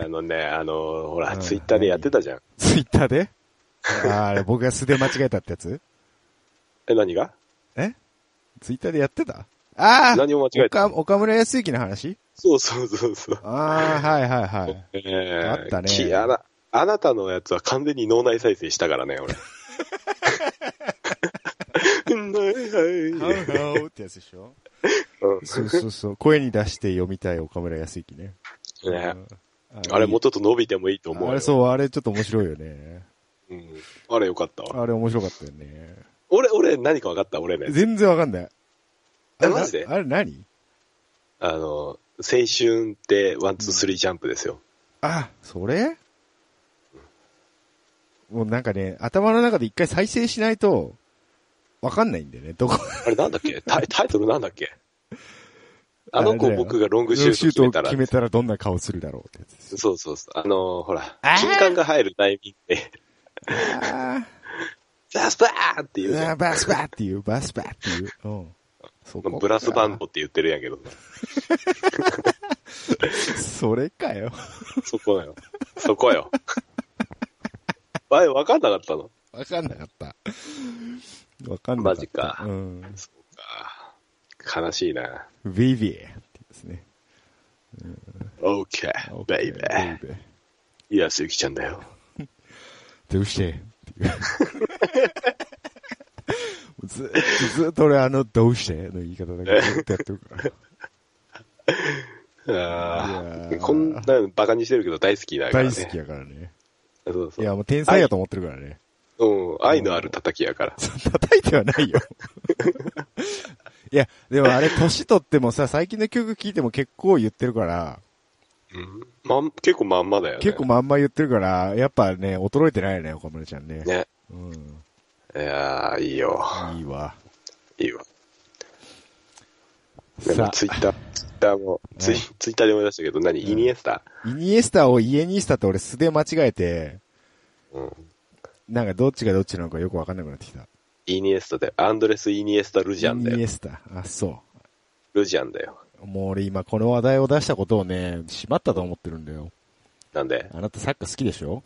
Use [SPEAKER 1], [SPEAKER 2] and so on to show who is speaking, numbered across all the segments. [SPEAKER 1] あのね、あのーほら、
[SPEAKER 2] うん
[SPEAKER 1] ツイッターでやってたじゃん。
[SPEAKER 2] ツイッターであーあれ、僕が素で間違えたってやつ
[SPEAKER 1] え、何が
[SPEAKER 2] えツイッターでやってたああ
[SPEAKER 1] 何を間違えた
[SPEAKER 2] 岡岡村康之の話
[SPEAKER 1] そうそうそうそう。
[SPEAKER 2] ああ、はいはいはい。
[SPEAKER 1] ええ
[SPEAKER 2] あったね
[SPEAKER 1] きあな、あなたのやつは完全に脳内再生したからね、俺。 うんはい
[SPEAKER 2] ハ
[SPEAKER 1] は
[SPEAKER 2] ウ
[SPEAKER 1] い
[SPEAKER 2] ハウってやつでしょ
[SPEAKER 1] うん
[SPEAKER 2] そうそうそう。声に出して読みたい岡村康之ね。
[SPEAKER 1] ね
[SPEAKER 2] うん
[SPEAKER 1] あれもうちょっと伸びてもいいと思うよ。
[SPEAKER 2] あれそう、あれちょっと面白いよね。
[SPEAKER 1] うんあれよかったわ。
[SPEAKER 2] あれ面白かったよね。
[SPEAKER 1] 俺、俺、何か分かった俺ね。
[SPEAKER 2] 全然わかんない。
[SPEAKER 1] えマジで
[SPEAKER 2] あれ何
[SPEAKER 1] あの、青春ってワン、ツー、スリージャンプですよ。
[SPEAKER 2] あ、それもうなんかね、頭の中で一回再生しないと、わかんないんだよね、どこ。
[SPEAKER 1] あれなんだっけタイタイトルなんだっけあの
[SPEAKER 2] あ
[SPEAKER 1] 子
[SPEAKER 2] れだよ
[SPEAKER 1] 僕がロングシュ
[SPEAKER 2] シュ
[SPEAKER 1] ー
[SPEAKER 2] ート
[SPEAKER 1] ト決めた
[SPEAKER 2] を
[SPEAKER 1] ら
[SPEAKER 2] 決。めたらどんな顔するだろうってやつです。
[SPEAKER 1] そうそうそう。あのーほら
[SPEAKER 2] あー、
[SPEAKER 1] 金管が入るタイミングで、
[SPEAKER 2] あ
[SPEAKER 1] ザスパーって言うじ
[SPEAKER 2] あ、
[SPEAKER 1] ゃん。
[SPEAKER 2] バスバーっていう、バスバーっていう。うん。そこか
[SPEAKER 1] ブラスバンドって言ってるんやけど、
[SPEAKER 2] それかよ。
[SPEAKER 1] そこだよ。そこよ。あれ、わかんなかったの
[SPEAKER 2] わかんなかった。わかんなかった。
[SPEAKER 1] マジか
[SPEAKER 2] うん。
[SPEAKER 1] そうか。悲しいな。
[SPEAKER 2] ビビエってですね。
[SPEAKER 1] OK,
[SPEAKER 2] あ
[SPEAKER 1] baby.
[SPEAKER 2] ベイベー
[SPEAKER 1] いや、すゆきちゃんだよ。
[SPEAKER 2] どうしてっていうずっと、ずっと俺あの、どうしての言い方だけずっとやってるから。
[SPEAKER 1] あ
[SPEAKER 2] いや
[SPEAKER 1] あ、
[SPEAKER 2] ー
[SPEAKER 1] こんなのバカにしてるけど大好きだから
[SPEAKER 2] 大
[SPEAKER 1] ね。
[SPEAKER 2] 好きやからね。
[SPEAKER 1] そう
[SPEAKER 2] い
[SPEAKER 1] そう。
[SPEAKER 2] や、もう天才やと思ってるからね。
[SPEAKER 1] うん、愛のある叩きやから。
[SPEAKER 2] 叩いてはないよ。いや、でもあれ、年取ってもさ、最近の曲聴いても結構言ってるから、
[SPEAKER 1] うんまん、結構まんまだよね。
[SPEAKER 2] 結構まんま言ってるから、やっぱね、衰えてないよね、岡村ちゃんね。
[SPEAKER 1] ね。
[SPEAKER 2] うん。
[SPEAKER 1] いやーいいよ。
[SPEAKER 2] いいわ。
[SPEAKER 1] いいわ。でも
[SPEAKER 2] さ
[SPEAKER 1] ツイッター、ツイッターも、ツイツイッターで思い出したけど、何イニエスタ
[SPEAKER 2] あ、イニエスタをイエニエスタって俺素で間違えて、
[SPEAKER 1] うん。
[SPEAKER 2] なんかどっちがどっちなのかよくわかんなくなってきた。
[SPEAKER 1] イニエスタだよ。アンドレス・イニエスタ・ルジャンだ
[SPEAKER 2] イニエ
[SPEAKER 1] よ。
[SPEAKER 2] スタ。あ、そ
[SPEAKER 1] ルジャンだよ。
[SPEAKER 2] う。もう俺今この話題を出したことをね、しまったと思ってるんだよ。
[SPEAKER 1] なんで、
[SPEAKER 2] あなたサッカー好きでしょ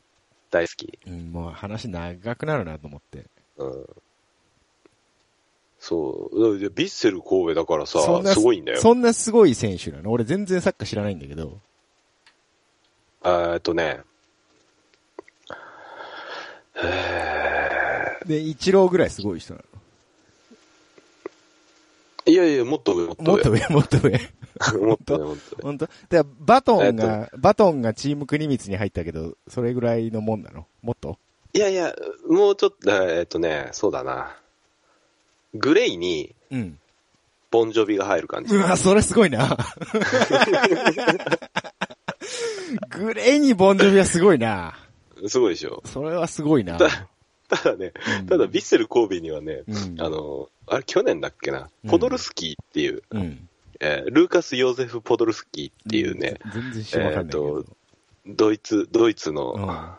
[SPEAKER 1] 大好き。
[SPEAKER 2] うん、もう話長くなるなと思って。
[SPEAKER 1] うん。そう。でビッセル神戸だからさ
[SPEAKER 2] そん、な
[SPEAKER 1] すごいんだよ。
[SPEAKER 2] そんなすごい選手なの俺全然サッカー知らないんだけど。
[SPEAKER 1] えーっとね、
[SPEAKER 2] で、イチローぐらいすごい人なの。
[SPEAKER 1] いやいや、もっと上、もっと
[SPEAKER 2] もっと
[SPEAKER 1] 上。
[SPEAKER 2] 上、もっと 上。
[SPEAKER 1] もっと上、もっと上。
[SPEAKER 2] 本当で、バトンが、バトンがチーム国光に入ったけど、それぐらいのもんなのもっと
[SPEAKER 1] いやいや、もうちょっと、えーっとね、そうだな。グレイに、
[SPEAKER 2] うん。
[SPEAKER 1] ボンジョビが入る感じ
[SPEAKER 2] う。わ、それすご いな。グレイにボンジョビはすごいな。
[SPEAKER 1] すごいでしょ。
[SPEAKER 2] それはすごいな。
[SPEAKER 1] だただね、
[SPEAKER 2] うん
[SPEAKER 1] ただ、ヴィッセル神戸にはね、
[SPEAKER 2] うん
[SPEAKER 1] あの、あれ、去年だっけな
[SPEAKER 2] う、ん
[SPEAKER 1] ポドルスキーっていう、
[SPEAKER 2] うん。
[SPEAKER 1] えールーカス・ヨーゼフ・ポドルスキーっていうね、
[SPEAKER 2] 全全然知らわかんないけ
[SPEAKER 1] えー
[SPEAKER 2] ど
[SPEAKER 1] っ。ドイツ、ドイツの、
[SPEAKER 2] うん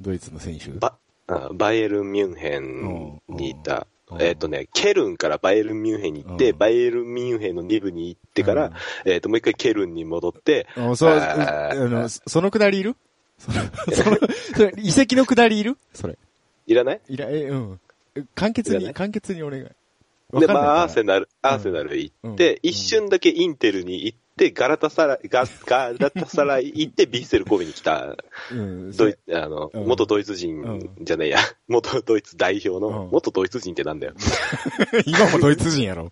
[SPEAKER 2] ドイツの選手。
[SPEAKER 1] バあバイエルン・ミュンヘンにいた
[SPEAKER 2] うん、
[SPEAKER 1] えっ、とね、ケルンからバイエルン・ミュンヘンに行って、
[SPEAKER 2] うん
[SPEAKER 1] バイエルン・ミュンヘンの2部に行ってか
[SPEAKER 2] う
[SPEAKER 1] ら
[SPEAKER 2] ん、
[SPEAKER 1] えっ、と、もう一回ケルンに戻って、
[SPEAKER 2] あそう、う
[SPEAKER 1] あ
[SPEAKER 2] あ
[SPEAKER 1] ー
[SPEAKER 2] の、そそのくだりいる その、その、それ、遺跡のくだりいるそれ。
[SPEAKER 1] いらない
[SPEAKER 2] いら、え、うん。簡潔
[SPEAKER 1] いらな
[SPEAKER 2] に、
[SPEAKER 1] い
[SPEAKER 2] 簡潔にお願い。わかん
[SPEAKER 1] で、
[SPEAKER 2] ない
[SPEAKER 1] ま
[SPEAKER 2] から
[SPEAKER 1] あ、アーセナル、アーセナル行って、
[SPEAKER 2] うん
[SPEAKER 1] 一瞬だけインテルに行って、ガラタサライ、ガガラタサライ行って、ビッセル神戸に来た、
[SPEAKER 2] うん。そ
[SPEAKER 1] ド
[SPEAKER 2] れ
[SPEAKER 1] イあの、
[SPEAKER 2] うん
[SPEAKER 1] 元ドイツ人じゃねえや、元ドイツ代表の、
[SPEAKER 2] うん
[SPEAKER 1] 元ドイツ人ってなんだよ。
[SPEAKER 2] 今もドイツ人 やろ。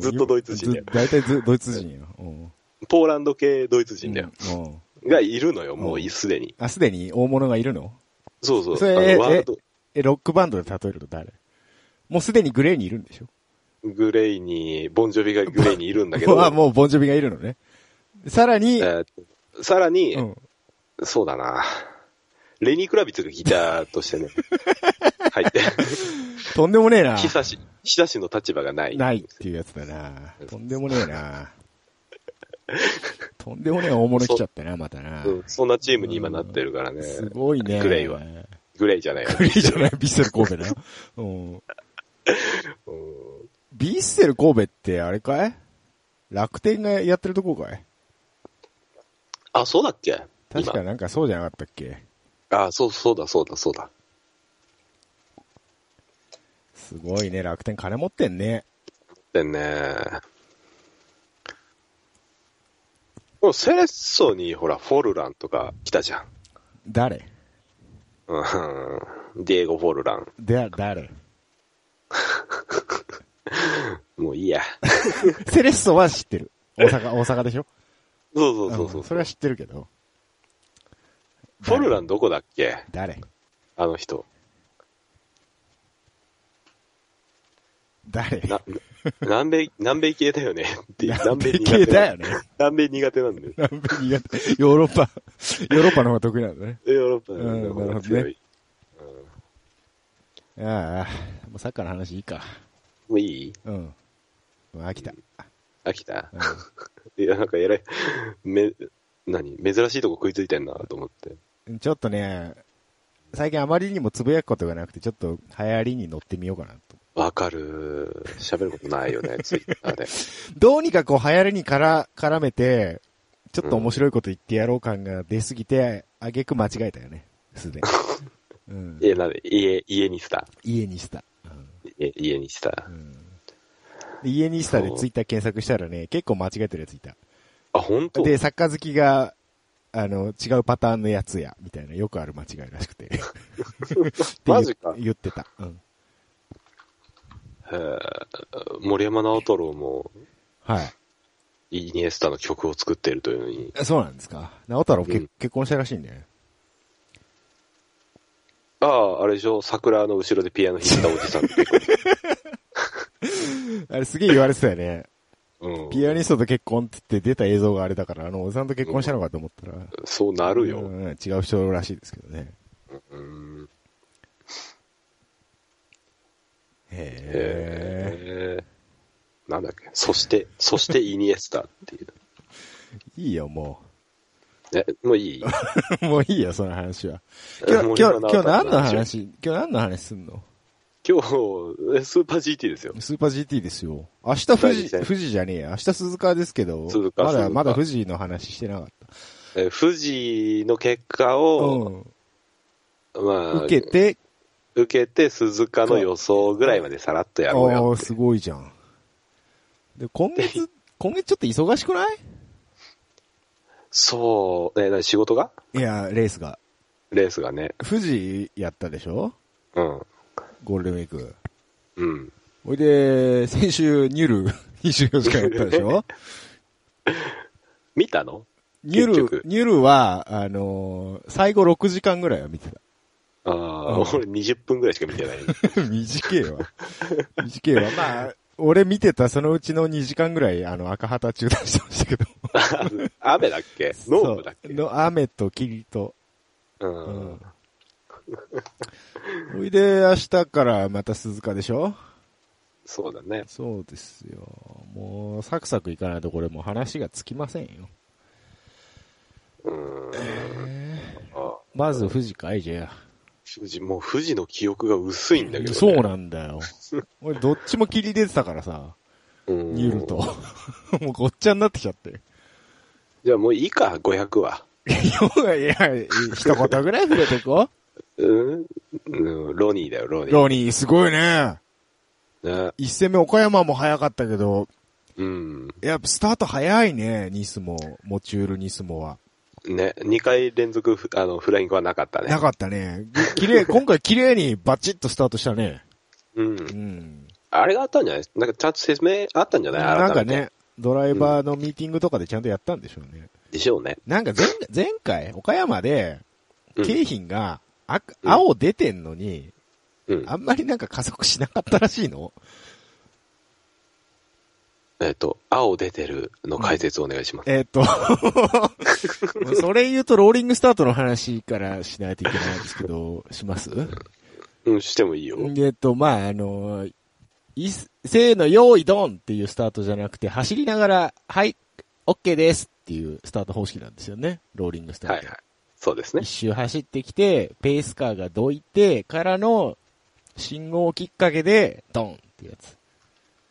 [SPEAKER 1] ずっとドイツ人や
[SPEAKER 2] や。大体ずドイツ人や。うん。
[SPEAKER 1] ポーランド系ドイツ人だよ。
[SPEAKER 2] うん。
[SPEAKER 1] がいるのよ、も
[SPEAKER 2] う
[SPEAKER 1] うんすでに。
[SPEAKER 2] あ、すでに大物がいるの
[SPEAKER 1] そうそう。
[SPEAKER 2] そ
[SPEAKER 1] あ
[SPEAKER 2] れ
[SPEAKER 1] のワールド、
[SPEAKER 2] え、ロックバンドで例えると誰もうすでにグレーにいるんでしょ
[SPEAKER 1] グレイに、ボンジョビがグレイにいるんだけ
[SPEAKER 2] もう
[SPEAKER 1] ど、
[SPEAKER 2] あ、もうボンジョビがいるのね。さらに、
[SPEAKER 1] えーとさらに、
[SPEAKER 2] うん。
[SPEAKER 1] そうだな、レニー・クラビツがギターと してね、入って、
[SPEAKER 2] とんでもねえな。
[SPEAKER 1] 久し、久しの立場がない。
[SPEAKER 2] ないっていうやつだな。とんでもねえな。 とんでもねえ大物来ちゃったな、またな
[SPEAKER 1] う。んそんなチームに今なってるからね。
[SPEAKER 2] すごいね。
[SPEAKER 1] グレイは。グレイじゃないよ。
[SPEAKER 2] グレイじゃない、ビッセル神戸な。うん。
[SPEAKER 1] うん
[SPEAKER 2] ビッセル神戸ってあれかい楽天がやってるとこかい
[SPEAKER 1] あ、そうだっけ今
[SPEAKER 2] 確かなんかそうじゃなかったっけ
[SPEAKER 1] ああ、そうそうだ、そうだ、そうだ。
[SPEAKER 2] すごいね、楽天金持ってんね。
[SPEAKER 1] でね。でもセレッソに、ほら、フォルランとか来たじゃん。
[SPEAKER 2] 誰
[SPEAKER 1] うん。ディエゴ・フォルラン。
[SPEAKER 2] で、誰
[SPEAKER 1] もういいや。
[SPEAKER 2] セレッソは知ってる。大阪、大阪でしょ
[SPEAKER 1] そうそうそうそう。
[SPEAKER 2] んそれは知ってるけど。
[SPEAKER 1] フォルランどこだっけ
[SPEAKER 2] 誰
[SPEAKER 1] あの人。
[SPEAKER 2] 誰
[SPEAKER 1] な、南米、南米系だよね。って
[SPEAKER 2] 南米
[SPEAKER 1] 苦手
[SPEAKER 2] 系だよね。
[SPEAKER 1] 南米苦手なんだよ。
[SPEAKER 2] 南米苦手ヨーロッパ、ヨーロッパの方が得意なんだね。
[SPEAKER 1] ヨーロッパなんだ
[SPEAKER 2] う
[SPEAKER 1] よ
[SPEAKER 2] んなるほどね
[SPEAKER 1] 強い。
[SPEAKER 2] ああ、もうサッカーの話いいか。
[SPEAKER 1] もういい
[SPEAKER 2] うん。もう飽きた。
[SPEAKER 1] 飽きた
[SPEAKER 2] う
[SPEAKER 1] いや、なんかえらい、め、何珍しいとこ食いついてんなと思って。
[SPEAKER 2] んちょっとね、最近あまりにもつぶやくことがなくて、ちょっと流行りに乗ってみようかなと。
[SPEAKER 1] わかる。喋ることない よね、ツイッターで。
[SPEAKER 2] どうにかこう流行りにから絡めて、ちょっと面白いこと言ってやろう感が出すぎて、あげく間違えたよね。す でに。うん、
[SPEAKER 1] え、なんで、家、家にした。
[SPEAKER 2] 家にした。うん
[SPEAKER 1] 家家にした
[SPEAKER 2] う。んで家にしたでツイッター検索したらね、結構間違えてるやついた。
[SPEAKER 1] あ、本当
[SPEAKER 2] で、サッカー好きが、あの、違うパターンのやつや、みたいな、よくある間違いらしく て。って
[SPEAKER 1] マジか
[SPEAKER 2] 言ってた。うん。
[SPEAKER 1] えー森山直太朗も、
[SPEAKER 2] はい。
[SPEAKER 1] イニエスタの曲を作っているというのに、
[SPEAKER 2] そうなんですか。直太郎、け
[SPEAKER 1] うん
[SPEAKER 2] 結婚したらしいんだよね。
[SPEAKER 1] ああ、あれでしょ、桜の後ろでピアノ弾いたおじ さん。
[SPEAKER 2] あれすげえ言われてたよね。
[SPEAKER 1] うん、
[SPEAKER 2] ピアニストと結婚って言って出た映像があれだから、あの、おじさんと結婚したのかと思ったら。
[SPEAKER 1] そうなる
[SPEAKER 2] う
[SPEAKER 1] よ。
[SPEAKER 2] ん違う人らしいですけどね。
[SPEAKER 1] うん、
[SPEAKER 2] へ
[SPEAKER 1] えー、なんだっけ、そして、そしてイニエスタっていう。
[SPEAKER 2] え。いいよ、も
[SPEAKER 1] え、もう い い
[SPEAKER 2] う。もういいよ、その話は。今日、今日、今日何の話今日何の話すんの
[SPEAKER 1] 今日、えスーパー GT ですよ。
[SPEAKER 2] スーパー GT ですよ。明日富
[SPEAKER 1] 第二
[SPEAKER 2] 士、
[SPEAKER 1] 戦
[SPEAKER 2] 富士じゃねえや。明日鈴鹿ですけど、
[SPEAKER 1] 鈴鹿
[SPEAKER 2] ま
[SPEAKER 1] 鈴
[SPEAKER 2] だ、
[SPEAKER 1] 鹿
[SPEAKER 2] まだ富士の話してなかっ
[SPEAKER 1] え富士の結果
[SPEAKER 2] た。
[SPEAKER 1] を、
[SPEAKER 2] うん。
[SPEAKER 1] まあ、
[SPEAKER 2] 受けて、
[SPEAKER 1] 受けて鈴鹿の予想ぐらいまでさらっとや
[SPEAKER 2] ああ
[SPEAKER 1] ろうよ
[SPEAKER 2] ー、
[SPEAKER 1] って
[SPEAKER 2] すごいじゃん。で、今月、今月ちょっと忙しくない
[SPEAKER 1] そう、え、何仕事が
[SPEAKER 2] いや、レースが。
[SPEAKER 1] レースがね。
[SPEAKER 2] 富士やったでしょ
[SPEAKER 1] うん。
[SPEAKER 2] ゴールデンウィーク。
[SPEAKER 1] うん。
[SPEAKER 2] ほいで、先週、ニュル、24時間やったでしょ
[SPEAKER 1] 見たの
[SPEAKER 2] ニュ
[SPEAKER 1] 結
[SPEAKER 2] ル
[SPEAKER 1] 局、
[SPEAKER 2] ニュルは、あのー最後6時間ぐらいは見てた。
[SPEAKER 1] ああ、俺
[SPEAKER 2] うん
[SPEAKER 1] 20分ぐらいしか見てない。
[SPEAKER 2] 短えわ。短えわ。まあ、俺見てたそのうちの2時間ぐらい、あの、赤旗中断してましたけど。
[SPEAKER 1] 雨だっけノームだっけ
[SPEAKER 2] そうの雨と霧と。
[SPEAKER 1] うん
[SPEAKER 2] う。ん。ほいで、明日からまた鈴鹿でしょ
[SPEAKER 1] そうだね。
[SPEAKER 2] そうですよ。もう、サクサクいかないとこれもう話がつきませんよ。
[SPEAKER 1] うん。あ
[SPEAKER 2] まず富士かいじゃあ
[SPEAKER 1] 富士、もう富士の記憶が薄いんだけど、ね。
[SPEAKER 2] そうなんだよ。俺どっちも霧出てたからさ、
[SPEAKER 1] うん。
[SPEAKER 2] ニュルと。もうごっちゃになってきちゃって。
[SPEAKER 1] じゃあもういいか、500は。
[SPEAKER 2] いや、いや、一言ぐらい触れてこう。
[SPEAKER 1] うん、うん、ロニーだよ、ロニー。
[SPEAKER 2] ロニー、すごいね。
[SPEAKER 1] ね、
[SPEAKER 2] 一戦目岡山も早かったけど、
[SPEAKER 1] うん。
[SPEAKER 2] やっぱスタート早いね、ニスモ、モチュールニスモは。
[SPEAKER 1] ね、2回連続フ、あの、フライングはなかったね。
[SPEAKER 2] なかったね。綺麗、今回綺麗にバチッとスタートしたね。
[SPEAKER 1] う。
[SPEAKER 2] うんん。
[SPEAKER 1] あれがあったんじゃないなんかちゃんと説明あったんじゃない
[SPEAKER 2] なんか
[SPEAKER 1] 改めて
[SPEAKER 2] ね、ドライバーのミーティングとかでちゃんとやったんでしょうね。
[SPEAKER 1] でしょうね。
[SPEAKER 2] なんか前、前回、岡山で、
[SPEAKER 1] うん
[SPEAKER 2] 京浜が、赤
[SPEAKER 1] うん
[SPEAKER 2] 青出てんのに、
[SPEAKER 1] うん。
[SPEAKER 2] あんまりなんか加速しなかったらしいの
[SPEAKER 1] えっ、と、青出てるの解説お願いします。
[SPEAKER 2] えーっ と、もうそれ言うとローリングスタートの話からしないといけないんですけど、します
[SPEAKER 1] うん、してもいいよ。
[SPEAKER 2] えっと、まあ、あの、いっせーの、用意ドンっていうスタートじゃなくて、走りながら、はい、オッケーですっていうスタート方式なんですよね。ローリングスタート。
[SPEAKER 1] はいはい。そうですね
[SPEAKER 2] 一。周走ってきて、ペースカーがどいて、からの、信号きっかけで、ドンってやつ。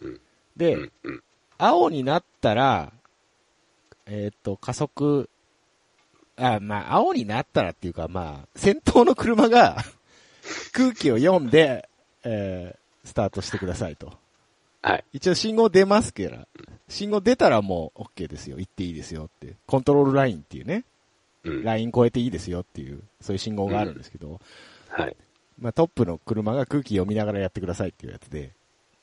[SPEAKER 1] うん
[SPEAKER 2] で、
[SPEAKER 1] うん、うん。
[SPEAKER 2] 青になったら、えーっと、加速、あ、まあ、青になったらっていうか、まあ、先頭の車が空気を読んで、えースタートしてくださいと。
[SPEAKER 1] はい。
[SPEAKER 2] 一応信号出ますから、信号出たらもう OK ですよ、行っていいですよって、コントロールラインっていうね、
[SPEAKER 1] うん。は
[SPEAKER 2] ライン越えていいですよっていう、そういう信号があるんですけど、
[SPEAKER 1] い。
[SPEAKER 2] まあ、トップの車が空気読みながらやってくださいっていうやつで、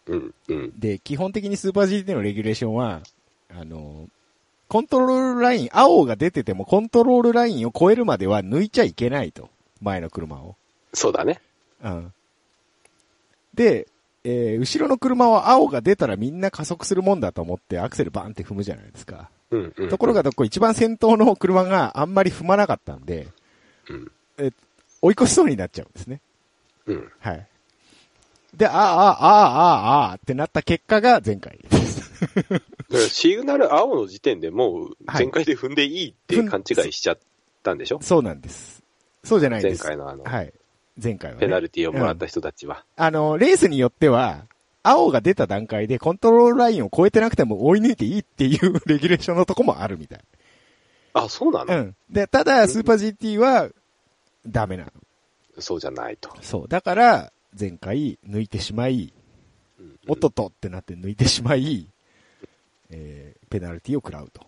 [SPEAKER 1] うん。うん。
[SPEAKER 2] で、基本的にスーパー GT のレギュレーションは、あの、コントロールライン、青が出ててもコントロールラインを超えるまでは抜いちゃいけないと。前の車を。
[SPEAKER 1] そうだね。
[SPEAKER 2] うん。で、えー後ろの車は青が出たらみんな加速するもんだと思ってアクセルバーンって踏むじゃないですか。
[SPEAKER 1] うん。うん。
[SPEAKER 2] ところがどっこ一番先頭の車があんまり踏まなかったんで、
[SPEAKER 1] うん。
[SPEAKER 2] え追い越しそうになっちゃうんですね。
[SPEAKER 1] うん。
[SPEAKER 2] はい。で、ああ、ああ、ああ、ああってなった結果が前回です。
[SPEAKER 1] だからシグナル青の時点でもう
[SPEAKER 2] はい
[SPEAKER 1] 全開で踏んでいいって勘違いしちゃったんでしょ、
[SPEAKER 2] そうなんです。そうじゃないで
[SPEAKER 1] 前
[SPEAKER 2] す。
[SPEAKER 1] 回のあの、
[SPEAKER 2] はい。前回は、
[SPEAKER 1] ペナ
[SPEAKER 2] ね。
[SPEAKER 1] ルティをもらった人たちは。
[SPEAKER 2] あの、レースによっては、青が出た段階でコントロールラインを超えてなくても追い抜いていいっていう レギュレーションのとこもあるみたい。
[SPEAKER 1] あ、そうな
[SPEAKER 2] う
[SPEAKER 1] の、
[SPEAKER 2] ん。で、ただ、スーパー GT は、ダメなの。
[SPEAKER 1] そうじゃないと。
[SPEAKER 2] そう。だから、前回抜いてしまい、
[SPEAKER 1] うん
[SPEAKER 2] おっとっとってなって抜いてしまい、えー、ペナルティを食らうと。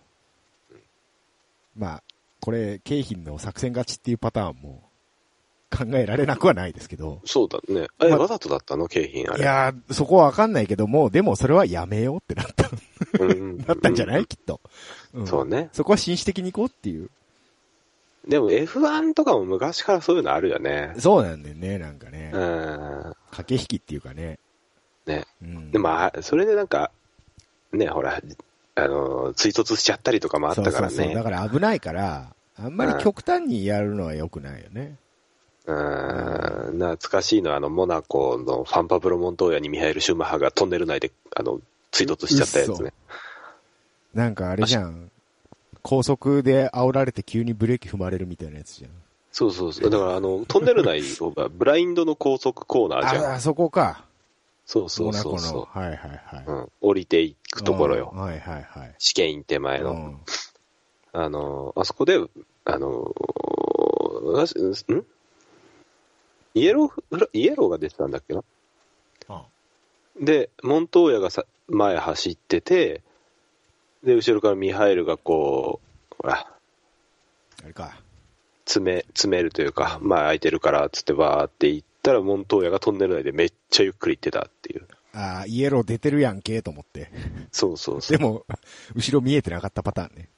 [SPEAKER 2] まあ、これ、景品の作戦勝ちっていうパターンも考えられなくはないですけど、
[SPEAKER 1] そうだね。え、
[SPEAKER 2] ま
[SPEAKER 1] わざとだったの景品あ
[SPEAKER 2] い
[SPEAKER 1] れ。
[SPEAKER 2] やー、そこはわかんないけども、でもそれはやめようってなった、
[SPEAKER 1] うん、
[SPEAKER 2] なったんじゃない、
[SPEAKER 1] うん
[SPEAKER 2] きっと。うん
[SPEAKER 1] そうね。
[SPEAKER 2] そこは紳士的に行こうっていう。
[SPEAKER 1] でも F1 とかも昔からそういうのあるよね。
[SPEAKER 2] そうなんだよね、なんかね
[SPEAKER 1] う。ん。
[SPEAKER 2] 駆け引きっていうかね。
[SPEAKER 1] ね。
[SPEAKER 2] うん。
[SPEAKER 1] でも、あそれでなんか、ね、ほら、あの、追突しちゃったりとかもあったからね。
[SPEAKER 2] そうそうそう。だから危ないから、あんまり極端にやるのは良くないよね。
[SPEAKER 1] うーん懐かしいのはあのモナコのファンパブロ・モントーヤにミハエル・シューマッハがトンネル内であの追突しちゃったやつね。
[SPEAKER 2] なんかあれじゃん。高速で煽られて急にブレーキ踏まれるみたいなやつじゃん。
[SPEAKER 1] そうそうそう。だからあのトンネル内をブラインドの高速コーナーじ
[SPEAKER 2] あ、
[SPEAKER 1] ゃん。
[SPEAKER 2] あそこか。
[SPEAKER 1] そうそうそう
[SPEAKER 2] モナコ
[SPEAKER 1] そ
[SPEAKER 2] の。はいはいはい。
[SPEAKER 1] う、うん。降りていくところ
[SPEAKER 2] う
[SPEAKER 1] よ。
[SPEAKER 2] んはいはいはい。
[SPEAKER 1] 試験員手前の。
[SPEAKER 2] うん
[SPEAKER 1] あの、あそこで、あの、私んイエローフラ、イエローが出てたんだっけな
[SPEAKER 2] あ
[SPEAKER 1] で、モントーヤがさ前走ってて、で、後ろからミハエルがこう、ほら、
[SPEAKER 2] あれか。
[SPEAKER 1] 詰め、詰めるというか、前空いてるから、つってバーって行ったら、モントーヤがトンネル内でめっちゃゆっくり行ってたっていう。
[SPEAKER 2] ああ、イエロー出てるやんけ、と思って。
[SPEAKER 1] そうそうそ
[SPEAKER 2] で
[SPEAKER 1] う。
[SPEAKER 2] も、後ろ見えてなかったパターンね。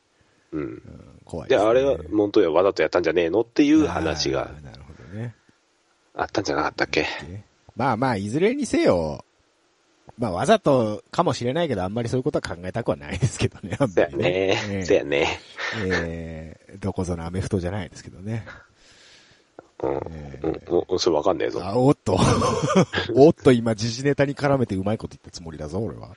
[SPEAKER 1] うん。
[SPEAKER 2] うん、怖い
[SPEAKER 1] で、
[SPEAKER 2] すね
[SPEAKER 1] あれは、モントーヤわざとやったんじゃねえのっていう話
[SPEAKER 2] あ
[SPEAKER 1] が
[SPEAKER 2] ーなるほどね。
[SPEAKER 1] あったんじゃなかったっけ
[SPEAKER 2] でまあまあ、いずれにせよ、まあわざとかもしれないけど、あんまりそういうことは考えたくはないですけどね。あん
[SPEAKER 1] そ
[SPEAKER 2] ま
[SPEAKER 1] や
[SPEAKER 2] り
[SPEAKER 1] ね。そやね。
[SPEAKER 2] えええーどこぞのアメフトじゃないですけどね。
[SPEAKER 1] うん。
[SPEAKER 2] え
[SPEAKER 1] うんお。それわかんねえぞ。
[SPEAKER 2] あ、おっ と。おっと、今、時事ネタに絡めてうまいこと言ったつもりだぞ、俺は。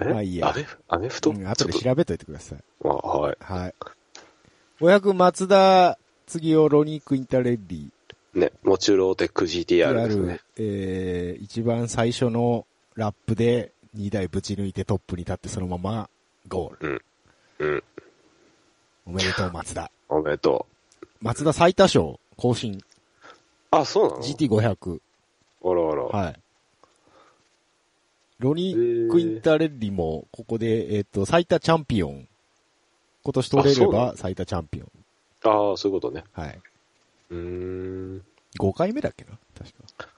[SPEAKER 1] え
[SPEAKER 2] まあいいや
[SPEAKER 1] アメフアメフ
[SPEAKER 2] う
[SPEAKER 1] ト
[SPEAKER 2] ん、後で
[SPEAKER 1] ちょっ
[SPEAKER 2] 調べといてください。
[SPEAKER 1] とあはい。
[SPEAKER 2] はい。親役松田、次をロニークインタレッディ。
[SPEAKER 1] ね、モチュローテック GTR ですね。
[SPEAKER 2] えー、一番最初のラップで2台ぶち抜いてトップに立ってそのままゴール。
[SPEAKER 1] うん。
[SPEAKER 2] おめでとう、松田。
[SPEAKER 1] おめでとう。
[SPEAKER 2] 松田最多勝更新。
[SPEAKER 1] あ、そうなの
[SPEAKER 2] GT500。
[SPEAKER 1] あらあら。
[SPEAKER 2] はい。ロニー・クインタレッリも、ここで、えっ、と、最多チャンピオン。今年取れれ
[SPEAKER 1] あそうな
[SPEAKER 2] ば最多チャンピオン。
[SPEAKER 1] ああ、そういうことね。
[SPEAKER 2] はい。
[SPEAKER 1] うーん。
[SPEAKER 2] 5回目だっけな確か。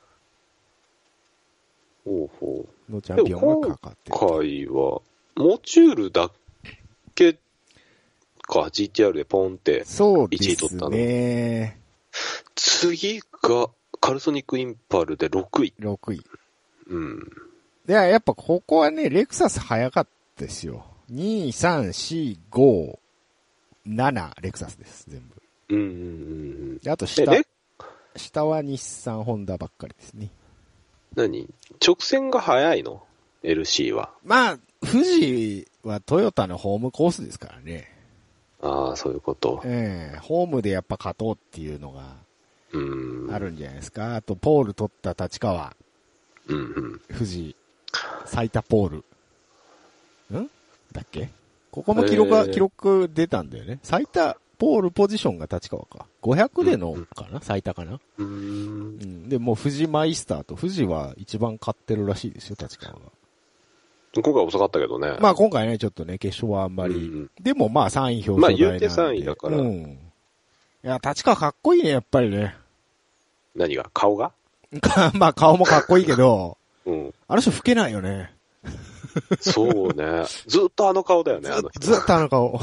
[SPEAKER 1] ほうほう。
[SPEAKER 2] のチャンピオンがかかってる。
[SPEAKER 1] 今回は、モチュールだけか、GTR でポンって。
[SPEAKER 2] そうで
[SPEAKER 1] 1位取
[SPEAKER 2] す
[SPEAKER 1] った
[SPEAKER 2] ね。
[SPEAKER 1] 次が、カルソニックインパルで6位。
[SPEAKER 2] 6位。
[SPEAKER 1] うん。
[SPEAKER 2] で、やっぱここはね、レクサス早かったですよ。2、3、4、5、7、レクサスです、全部。
[SPEAKER 1] うんうんうん
[SPEAKER 2] で、あと
[SPEAKER 1] うん。え、
[SPEAKER 2] 下、
[SPEAKER 1] レ
[SPEAKER 2] 下は日産、ホンダばっかりですね。
[SPEAKER 1] 何直線が速いの ?LC は。
[SPEAKER 2] まあ、富士はトヨタのホームコースですからね。
[SPEAKER 1] ああ、そういうこと。
[SPEAKER 2] ええホームでやっぱ勝とうっていうのが
[SPEAKER 1] うーん。
[SPEAKER 2] あるんじゃないですか。あと、ポール取った立川、
[SPEAKER 1] うんうん。
[SPEAKER 2] 富士、最多ポール。んだっけここも記録は、
[SPEAKER 1] えー
[SPEAKER 2] 記録出たんだよね。最多ポールポジションが立川か。500でのかな最多かな
[SPEAKER 1] うーん
[SPEAKER 2] う。ん。で、もう富士マイスターと富士は一番買ってるらしいですよ、立川が。
[SPEAKER 1] 今回遅かったけどね。
[SPEAKER 2] まあ今回ね、ちょっとね、決勝はあんまり。
[SPEAKER 1] うん
[SPEAKER 2] でもまあ3位表彰台なんで。
[SPEAKER 1] まあ言うて3位だから
[SPEAKER 2] うん。いや、立川かっこいいね、やっぱりね。
[SPEAKER 1] 何が顔が
[SPEAKER 2] かまあ顔もかっこいいけど、
[SPEAKER 1] うん。
[SPEAKER 2] あの人老けないよね。
[SPEAKER 1] そう ね。ずっとあの顔だよね、あの人。
[SPEAKER 2] ずっとあの顔。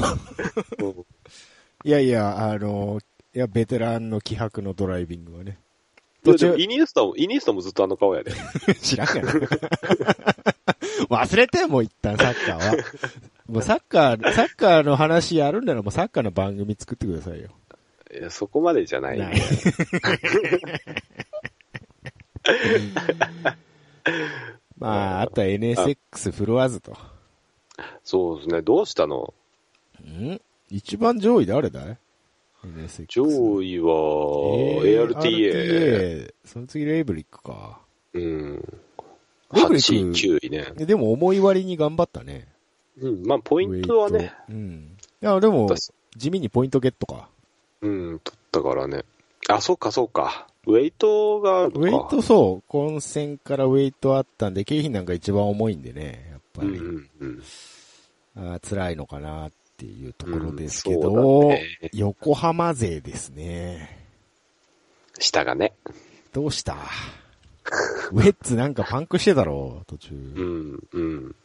[SPEAKER 1] うん
[SPEAKER 2] いやいや、あの、いや、ベテランの気迫のドライビングはね。
[SPEAKER 1] いや
[SPEAKER 2] 途
[SPEAKER 1] でも
[SPEAKER 2] 中、
[SPEAKER 1] イニエスタも、イニエスタもずっとあの顔やで。
[SPEAKER 2] 知らんやろ。 忘れてもう一旦サッカーは。もうサッカー、サッカーの話やるんならもうサッカーの番組作ってくださいよ。
[SPEAKER 1] いやそこまでじゃない。
[SPEAKER 2] ない。 まあ、あとは NSX 振るわずと。
[SPEAKER 1] そうですね。どうしたの
[SPEAKER 2] ん一番上位誰だい ?NSX。
[SPEAKER 1] 上位は、
[SPEAKER 2] えー
[SPEAKER 1] ARTA。。
[SPEAKER 2] RTA その次レイブリックか。
[SPEAKER 1] うん。
[SPEAKER 2] レブ
[SPEAKER 1] 8
[SPEAKER 2] リック
[SPEAKER 1] 位、9位ね。
[SPEAKER 2] ででも思い割に頑張ったね。
[SPEAKER 1] うん。まあ、ポイントは
[SPEAKER 2] ウェイ
[SPEAKER 1] ね
[SPEAKER 2] ト、。うん。いや、でも
[SPEAKER 1] だし、
[SPEAKER 2] 地味にポイントゲットか。
[SPEAKER 1] うん、取ったからね。あ、そうか、そうか。ウェイトがある
[SPEAKER 2] ウェ
[SPEAKER 1] の
[SPEAKER 2] イ
[SPEAKER 1] か。
[SPEAKER 2] トそう、混戦からウェイトあったんで、景品なんか一番重いんでね、やっぱ
[SPEAKER 1] う
[SPEAKER 2] り。
[SPEAKER 1] んうんうん。
[SPEAKER 2] あー辛いのかなっていうところですけ
[SPEAKER 1] うんそう
[SPEAKER 2] ど、
[SPEAKER 1] だね
[SPEAKER 2] 横浜勢ですね。
[SPEAKER 1] 下がね。
[SPEAKER 2] どうしたウェッツなんかパンクしてたろ、途中。
[SPEAKER 1] うん、うん。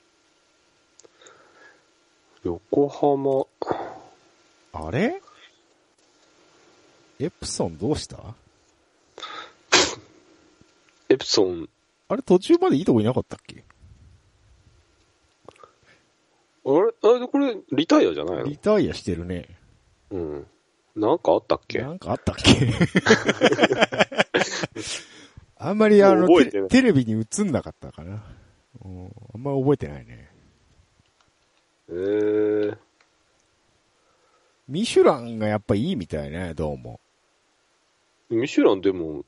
[SPEAKER 1] 横浜、
[SPEAKER 2] あれエプソンどうした
[SPEAKER 1] エプソン、
[SPEAKER 2] あれ途中までいいとこいなかったっけ
[SPEAKER 1] あれあれこれ、リタイアじゃないの
[SPEAKER 2] リタイアしてるね。
[SPEAKER 1] うん。なんかあったっけ
[SPEAKER 2] なんかあったっけあんまりあ
[SPEAKER 1] もう
[SPEAKER 2] の
[SPEAKER 1] 覚えてな
[SPEAKER 2] テ、
[SPEAKER 1] い
[SPEAKER 2] テレビに映んなかったかな。うんあんまり覚えてないね。
[SPEAKER 1] えー、
[SPEAKER 2] ミシュランがやっぱいいみたいね、どうも。
[SPEAKER 1] ミシュランでも、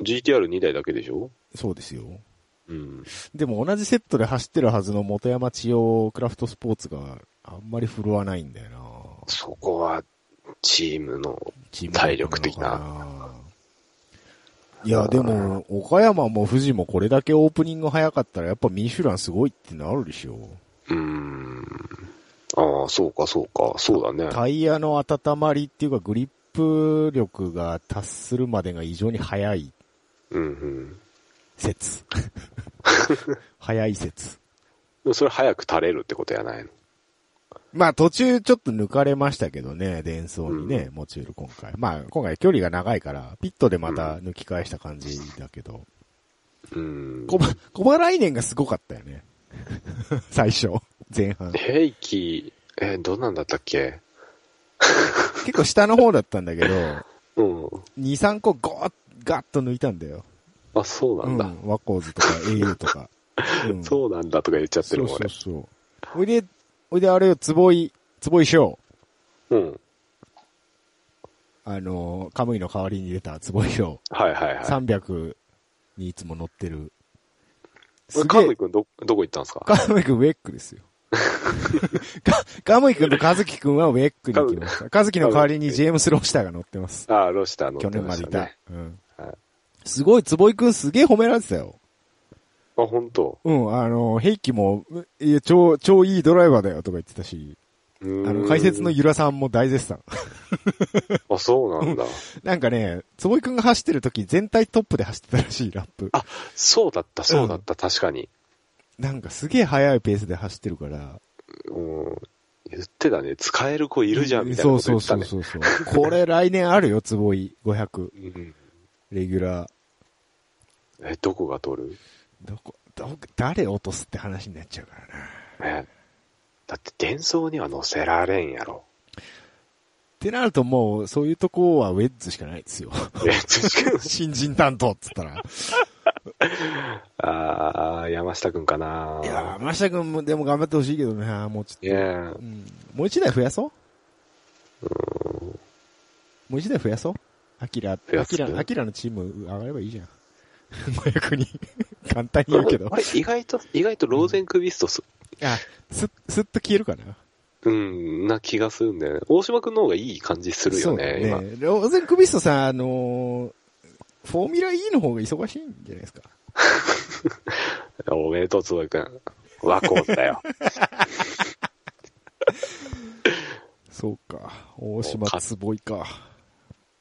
[SPEAKER 1] GTR2 台だけでしょ
[SPEAKER 2] そうですよ。
[SPEAKER 1] うん。
[SPEAKER 2] でも同じセットで走ってるはずの元山千代クラフトスポーツがあんまり振るわないんだよな
[SPEAKER 1] そこは、チームの、
[SPEAKER 2] チーム
[SPEAKER 1] 体力的な
[SPEAKER 2] なのかないや、でも、岡山も富士もこれだけオープニング早かったら、やっぱミシュランすごいってなるでしょ。
[SPEAKER 1] うーん。ああ、そうか、そうか、そうだね。
[SPEAKER 2] タイヤの温まりっていうか、グリップ力が達するまでが異常に早い
[SPEAKER 1] うんうん。
[SPEAKER 2] 説。早い説。
[SPEAKER 1] でもそれ早く垂れるってことやないの。
[SPEAKER 2] まあ途中ちょっと抜かれましたけどね、伝送にね、モチュール今回。まあ今回距離が長いから、ピットでまた抜き返した感じだけど、
[SPEAKER 1] うん。
[SPEAKER 2] コバ、コバ来年がすごかったよね。 最初、前半。
[SPEAKER 1] 平気、え、どんなんだったっけ
[SPEAKER 2] 結構下の方だったんだけど、2、
[SPEAKER 1] うん。
[SPEAKER 2] 3個ゴーッ、ガッと抜いたんだよ。
[SPEAKER 1] あ、そう
[SPEAKER 2] う
[SPEAKER 1] なん
[SPEAKER 2] ん
[SPEAKER 1] だ。。
[SPEAKER 2] ワコーズとか au とか。う ん
[SPEAKER 1] そうなんだとか言っちゃって
[SPEAKER 2] そ
[SPEAKER 1] る
[SPEAKER 2] う
[SPEAKER 1] もん、
[SPEAKER 2] そう
[SPEAKER 1] 俺。
[SPEAKER 2] そう。おいで、おいであれよ、坪井、坪井翔。
[SPEAKER 1] うん。
[SPEAKER 2] あの、カムイの代わりに出た坪井翔。
[SPEAKER 1] はいはいは
[SPEAKER 2] 300にいつも乗ってる。
[SPEAKER 1] い。カムイ君ど、どこ行ったんですか
[SPEAKER 2] カムイ君ウェックですよ。 かカムイ君とカズキ君はウェックに行きました。カズキの代わりにジェームス・ローシターが乗ってます。
[SPEAKER 1] ああ、ロシター乗
[SPEAKER 2] 去
[SPEAKER 1] って
[SPEAKER 2] 年
[SPEAKER 1] ま
[SPEAKER 2] ま
[SPEAKER 1] し
[SPEAKER 2] でい
[SPEAKER 1] た
[SPEAKER 2] た。
[SPEAKER 1] ね。
[SPEAKER 2] うん
[SPEAKER 1] はい。
[SPEAKER 2] すごい、坪井君すげえ褒められてたよ。
[SPEAKER 1] あ、本当。
[SPEAKER 2] うん、あの、兵器も、いや、超、超いいドライバーだよとか言ってたし、
[SPEAKER 1] あ
[SPEAKER 2] あの、解説のゆらさんも大絶賛。
[SPEAKER 1] あ、そうなんだ。
[SPEAKER 2] なんかね、坪井くんが走ってる時全体トップで走ってたらしい、ラップ。
[SPEAKER 1] あそうだった、そうだった、確かに。
[SPEAKER 2] なんかすげえ速いペースで走ってるから。
[SPEAKER 1] うん。言ってたね。使える子い
[SPEAKER 2] い
[SPEAKER 1] るじゃん、みたいなこと言ってたね。
[SPEAKER 2] そうそうそうそう。これ来年あるよ、坪井500。
[SPEAKER 1] うん
[SPEAKER 2] レギュラー。
[SPEAKER 1] え、どこが取る
[SPEAKER 2] どこ、ど、誰落とすって話になっちゃうからな。っ
[SPEAKER 1] ね。だって、伝送には乗せられんやろ。
[SPEAKER 2] てなるともう、そういうとこはウェッズしかない ですよ。
[SPEAKER 1] え確かに
[SPEAKER 2] 新人担当っつったら。
[SPEAKER 1] ああ、山下くんかない
[SPEAKER 2] やー、山下くんもでも頑張ってほしいけどな、もう
[SPEAKER 1] い
[SPEAKER 2] ちょっと。
[SPEAKER 1] や
[SPEAKER 2] うん、もう一台増やそうもう一台増やそうアキラ、
[SPEAKER 1] 増
[SPEAKER 2] ア
[SPEAKER 1] やす
[SPEAKER 2] キラ、アキラのチーム上がればいいじゃん。500に。簡単に言うけど
[SPEAKER 1] あ。れ、意外と、意外とローゼンクビストス。
[SPEAKER 2] あ、す、すっと消えるかな
[SPEAKER 1] うん、な気がするんだよね。大島君の方がいい感じするよね、
[SPEAKER 2] そう
[SPEAKER 1] 今。
[SPEAKER 2] ね。ローゼンクビストさん、あのーフォーミュラ E の方が忙しいんじゃないですか。
[SPEAKER 1] おめでとう、つば君。ワコーだよ。
[SPEAKER 2] そうか。大島坪井か。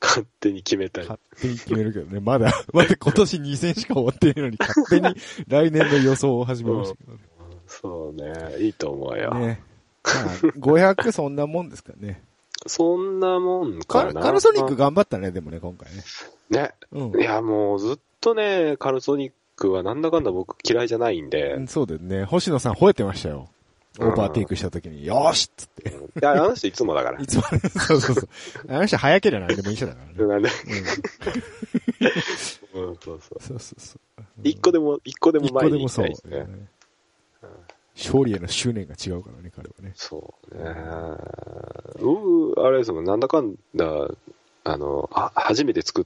[SPEAKER 1] 勝手に決めたり。
[SPEAKER 2] 勝手に決めるけどね。まだ、まだ今年2戦しか終わってないのに、勝手に来年の予想を始めましたけどね。
[SPEAKER 1] そうね、いいと思うよ。
[SPEAKER 2] ね。まあ、500そんなもんですかね。
[SPEAKER 1] そんなもん
[SPEAKER 2] カ
[SPEAKER 1] か
[SPEAKER 2] ル
[SPEAKER 1] な。
[SPEAKER 2] カルソニック頑張ったね、でもね、今回ね。
[SPEAKER 1] ね。
[SPEAKER 2] うん
[SPEAKER 1] いや、もうずっとね、カルソニックはなんだかんだ僕嫌いじゃないんで、
[SPEAKER 2] うん。そうだよね。星野さん吠えてましたよ。オーバーテイクした時に、よーしっつって。
[SPEAKER 1] いや、あの人いつもだから
[SPEAKER 2] い。つも、そうそうそう。あの人早ければ何でもいい人だからね。うん
[SPEAKER 1] なんで、うん、 そうそう。
[SPEAKER 2] そうそうそう。
[SPEAKER 1] 一個でも、一個でも
[SPEAKER 2] 一個
[SPEAKER 1] 前
[SPEAKER 2] で
[SPEAKER 1] に行
[SPEAKER 2] も
[SPEAKER 1] き
[SPEAKER 2] そ
[SPEAKER 1] た
[SPEAKER 2] う
[SPEAKER 1] いです。ね。
[SPEAKER 2] 勝利への執念が違うからね、彼はね。
[SPEAKER 1] そうね。僕、あれですもん、なんだかんだ、あの、あ初めて作っ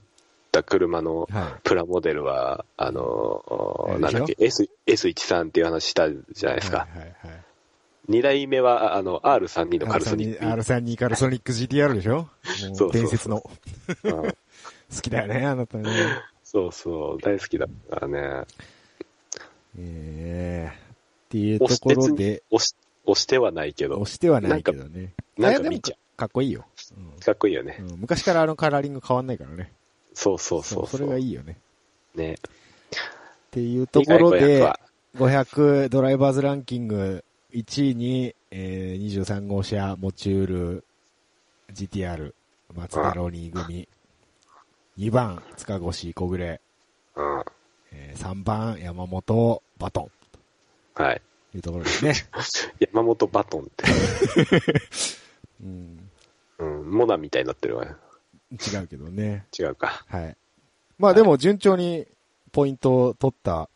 [SPEAKER 1] た車の
[SPEAKER 2] は
[SPEAKER 1] プラモデルは、あ
[SPEAKER 2] え
[SPEAKER 1] の
[SPEAKER 2] ー、
[SPEAKER 1] なんだっけ、S、S13 っていう話したじゃない
[SPEAKER 2] い。
[SPEAKER 1] ですか。
[SPEAKER 2] はいはいはい。
[SPEAKER 1] 二代目は、あの、R32 のカルソニック。
[SPEAKER 2] R32 カルソニック GTR でしょ
[SPEAKER 1] う
[SPEAKER 2] も
[SPEAKER 1] そうう
[SPEAKER 2] 伝説の。
[SPEAKER 1] うん
[SPEAKER 2] 好きだよね、あなたね。
[SPEAKER 1] そうそう、大好きだからね。
[SPEAKER 2] ええっていうと
[SPEAKER 1] 押し
[SPEAKER 2] こ
[SPEAKER 1] 別
[SPEAKER 2] ろ
[SPEAKER 1] に
[SPEAKER 2] で、
[SPEAKER 1] 押し押してはないけど
[SPEAKER 2] 押、してはないけどね。
[SPEAKER 1] なんか
[SPEAKER 2] いやでも
[SPEAKER 1] 見ちゃ
[SPEAKER 2] かっこいいよ、
[SPEAKER 1] う。かっこいいよね。
[SPEAKER 2] うんうん昔からあのカラーリング変わんないからね。
[SPEAKER 1] そうそうそう。
[SPEAKER 2] れが
[SPEAKER 1] い。
[SPEAKER 2] いいよね。
[SPEAKER 1] ね。
[SPEAKER 2] っていうところ
[SPEAKER 1] いいかい500
[SPEAKER 2] で
[SPEAKER 1] は、
[SPEAKER 2] 500ドライバーズランキング1位に、えー、23号車、モチュール、GTR、松田ロニー組、2番、塚越小暮、
[SPEAKER 1] うん。
[SPEAKER 2] えー3番、山本、バトン、
[SPEAKER 1] はい。
[SPEAKER 2] というところで すね。
[SPEAKER 1] 山本バトンって、
[SPEAKER 2] うん、
[SPEAKER 1] うん、モナみたいになってるわ。
[SPEAKER 2] 違うけどね。
[SPEAKER 1] 違うか。
[SPEAKER 2] はい。まあでも順調にポイントを取った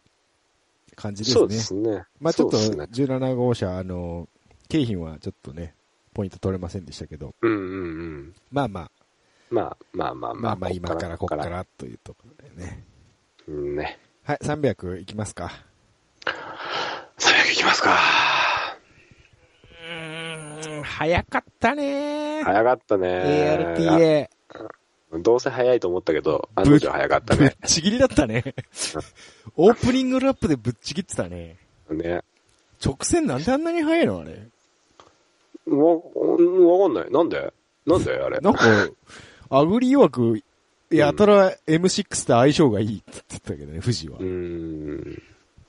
[SPEAKER 2] 感じですね。
[SPEAKER 1] そうですね。
[SPEAKER 2] まあちょっと
[SPEAKER 1] そうですね
[SPEAKER 2] 17号車、あの、景品はちょっとね、ポイント取れませんでしたけど、
[SPEAKER 1] うんうんうん。
[SPEAKER 2] まあまあ、
[SPEAKER 1] まあまあまあ
[SPEAKER 2] まあまあ今からこっか
[SPEAKER 1] こ
[SPEAKER 2] らというところでね。
[SPEAKER 1] っからうんね。
[SPEAKER 2] はい、300いきますか。
[SPEAKER 1] 最悪いきますか。
[SPEAKER 2] うん、早かったね
[SPEAKER 1] 早かったね。
[SPEAKER 2] ARTA。
[SPEAKER 1] どうせ早いと思ったけど、あの時は早かった
[SPEAKER 2] ぶっ
[SPEAKER 1] ね。
[SPEAKER 2] ちぎりだったね。オープニングラップでぶっちぎってたね。
[SPEAKER 1] ね。
[SPEAKER 2] 直線なんであんなに速いのあれ。
[SPEAKER 1] わ、わかんない。なんでなんであれ。
[SPEAKER 2] なんか、アグリ曰く、やたら M6 と相性がいいって言ってたけどね、富士は。
[SPEAKER 1] う
[SPEAKER 2] よ
[SPEAKER 1] ん。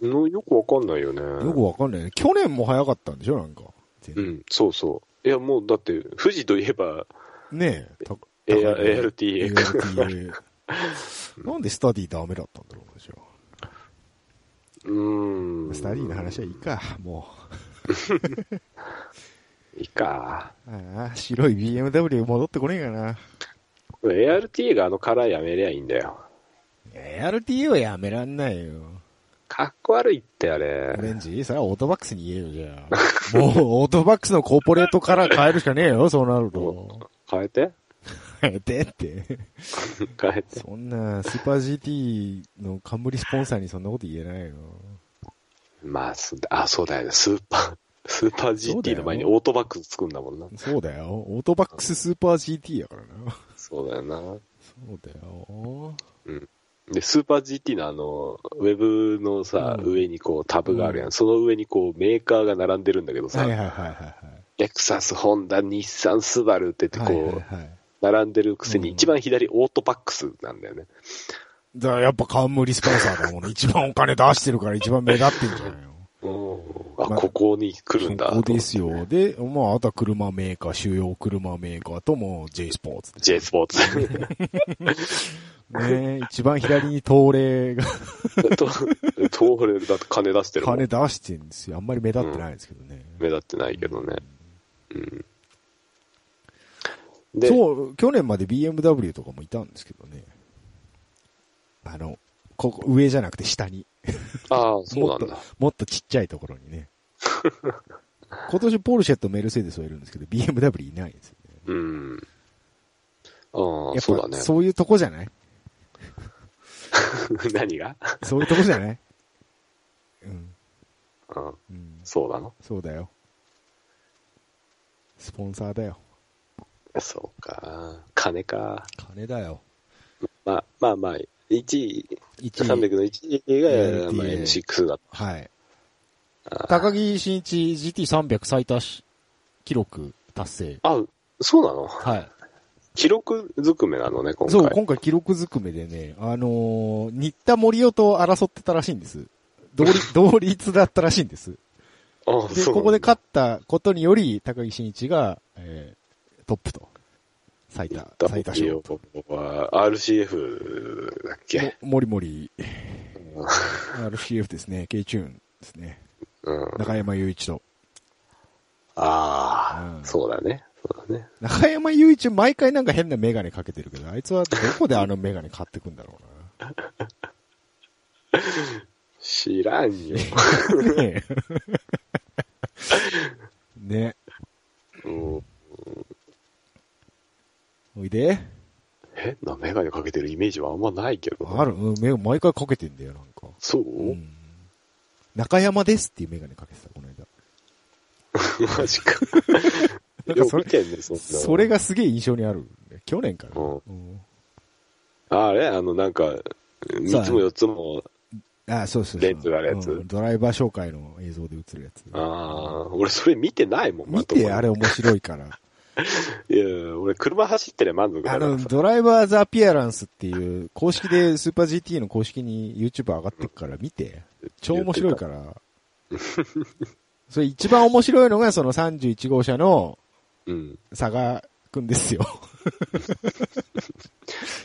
[SPEAKER 1] のよくわかんないよね。
[SPEAKER 2] くわかんないね。去年も早かったんでしょなんか。全
[SPEAKER 1] う
[SPEAKER 2] 然
[SPEAKER 1] ん、そうそう。いや、もうだって、富士といえば、
[SPEAKER 2] ねえ。た
[SPEAKER 1] AR ARTA か
[SPEAKER 2] ARTA なんでスタディダメだったんだろうでしょ
[SPEAKER 1] うーん。
[SPEAKER 2] スタディの話はいいか、も
[SPEAKER 1] いいか。
[SPEAKER 2] う。ああ、白い BMW 戻ってこねえかな。
[SPEAKER 1] ARTA があのカラーやめりゃいいんだよ。
[SPEAKER 2] ARTA はやめらんないよ。
[SPEAKER 1] かっこ悪いって、あ
[SPEAKER 2] オレ
[SPEAKER 1] れ。
[SPEAKER 2] ンジそれはオートバックスに言えよ、じゃあ。もう、オートバックスのコーポレートから変えるしかねえよ、そうなると。
[SPEAKER 1] 変えて
[SPEAKER 2] 変えてって。
[SPEAKER 1] 変えて。
[SPEAKER 2] そんな、スーパー GT の冠スポンサーにそんなこと言えないよ。
[SPEAKER 1] まあ、すあ、そうだよね。スーパー、 スーパー
[SPEAKER 2] そう
[SPEAKER 1] GT
[SPEAKER 2] だよ
[SPEAKER 1] の前にオートバックス作るんだもんな。
[SPEAKER 2] そうだよ。オートバックススーパー GT やからな。
[SPEAKER 1] そうだよな。
[SPEAKER 2] そうだよ。
[SPEAKER 1] で、スーパー GT のあの、ウェブのさ、
[SPEAKER 2] うん
[SPEAKER 1] 上にこうタブがあるやん。その上にこうメーカーが並んでるんだけどさ、
[SPEAKER 2] はいはいはいはいはい。
[SPEAKER 1] レクサス、ホンダ、日産、スバルって言ってこう、
[SPEAKER 2] はいはいはい。
[SPEAKER 1] 並んでるくせに
[SPEAKER 2] うん
[SPEAKER 1] 一番左オートバックスなんだよね。
[SPEAKER 2] だからやっぱ冠スポンサーだもんね。一番お金出してるから一番目立ってんじゃないよ。
[SPEAKER 1] あ、
[SPEAKER 2] まあ
[SPEAKER 1] ここに来るんだと
[SPEAKER 2] そ
[SPEAKER 1] 思
[SPEAKER 2] う
[SPEAKER 1] って。
[SPEAKER 2] ですよ。で、まあ、あとは車メーカー、主要車メーカーとも J スポーツです。
[SPEAKER 1] J スポーツ。
[SPEAKER 2] ね 一番左に東レが
[SPEAKER 1] と、東レだと金出してるもん。
[SPEAKER 2] 金出してんですよ。あんまり目立ってないですけどね。
[SPEAKER 1] 目立ってないけどね。うん。で、
[SPEAKER 2] そう、去年まで BMW とかもいたんですけどね。あの、ここ、上じゃなくて下に。
[SPEAKER 1] ああ、そう
[SPEAKER 2] も
[SPEAKER 1] な
[SPEAKER 2] っ
[SPEAKER 1] ん
[SPEAKER 2] と
[SPEAKER 1] だ。、
[SPEAKER 2] もっとちっちゃいところ にね。今年ポルシェとメルセデスはいるんですけど、BMW いないんですよね。
[SPEAKER 1] うん。ああ、
[SPEAKER 2] やっ
[SPEAKER 1] そうだ
[SPEAKER 2] ぱ
[SPEAKER 1] ね。
[SPEAKER 2] そういうとこじゃない
[SPEAKER 1] 何が
[SPEAKER 2] そういうとこじゃないうん。
[SPEAKER 1] うん、
[SPEAKER 2] うん。
[SPEAKER 1] そうなの
[SPEAKER 2] そうだよ。スポンサーだよ。
[SPEAKER 1] そうか。金か。
[SPEAKER 2] 金だよ。
[SPEAKER 1] まあまあまあ、1位、
[SPEAKER 2] 一位。
[SPEAKER 1] 300の1位が、まあ、
[SPEAKER 2] LTA
[SPEAKER 1] N6 だっ
[SPEAKER 2] はい。
[SPEAKER 1] た。
[SPEAKER 2] 高木慎一 GT300 最多し記録達成。
[SPEAKER 1] あ、そうなの
[SPEAKER 2] はい。
[SPEAKER 1] 記録ずくめなのね、今回。
[SPEAKER 2] そう、今回記録ずくめでね、あのー、新田森夫と争ってたらしいんです。同率、同率だったらしいんです。
[SPEAKER 1] あ
[SPEAKER 2] で、
[SPEAKER 1] そう
[SPEAKER 2] ここで
[SPEAKER 1] か
[SPEAKER 2] 勝ったことにより、高木真一が、えー、トップと。最
[SPEAKER 1] っ
[SPEAKER 2] 多、
[SPEAKER 1] た。
[SPEAKER 2] 最多
[SPEAKER 1] いいよ
[SPEAKER 2] 勝。
[SPEAKER 1] は RCF だっけ
[SPEAKER 2] もりもり、RCF ですね、K チューンですね。
[SPEAKER 1] うん。あ
[SPEAKER 2] 中山雄一と。
[SPEAKER 1] あ
[SPEAKER 2] うん
[SPEAKER 1] ー、そうだね。そうだね。
[SPEAKER 2] 中山雄一、毎回なんか変なメガネかけてるけど、あいつはどこであのメガネ買ってくんだろう
[SPEAKER 1] 知らん よ。
[SPEAKER 2] な。ねえね。
[SPEAKER 1] うん
[SPEAKER 2] おいで。
[SPEAKER 1] 変なメガネかけてるイメージはあんまないけど。
[SPEAKER 2] ある、うん、目を毎回かけてんだよ、なんか。
[SPEAKER 1] そう、
[SPEAKER 2] うん中山ですっていうメガネかけてた、この間。
[SPEAKER 1] マジか。
[SPEAKER 2] なん
[SPEAKER 1] よ
[SPEAKER 2] か
[SPEAKER 1] く
[SPEAKER 2] それ
[SPEAKER 1] 見てんね、そんなの
[SPEAKER 2] それ。がすげえ印象にある。去年か
[SPEAKER 1] う
[SPEAKER 2] ら。
[SPEAKER 1] ん
[SPEAKER 2] うん
[SPEAKER 1] あれあの、なんか、3つも4つも、
[SPEAKER 2] あ、そうそうそう。
[SPEAKER 1] レンズがあるやつ
[SPEAKER 2] うんドライバー紹介の映像で映るやつ。
[SPEAKER 1] ああ、俺それ見てないもん、
[SPEAKER 2] 見て、
[SPEAKER 1] ま
[SPEAKER 2] あ
[SPEAKER 1] と
[SPEAKER 2] れ面白いから。
[SPEAKER 1] もにいや、俺車走ってりゃ満足
[SPEAKER 2] あ
[SPEAKER 1] だから
[SPEAKER 2] の、
[SPEAKER 1] さ。
[SPEAKER 2] ドライバーズアピアランスっていう、公式で、スーパー GT の公式に YouTube 上がってくから見て。超面白いから。それ一番面白いのが、その31号車の
[SPEAKER 1] うん。
[SPEAKER 2] 佐賀くんですよ。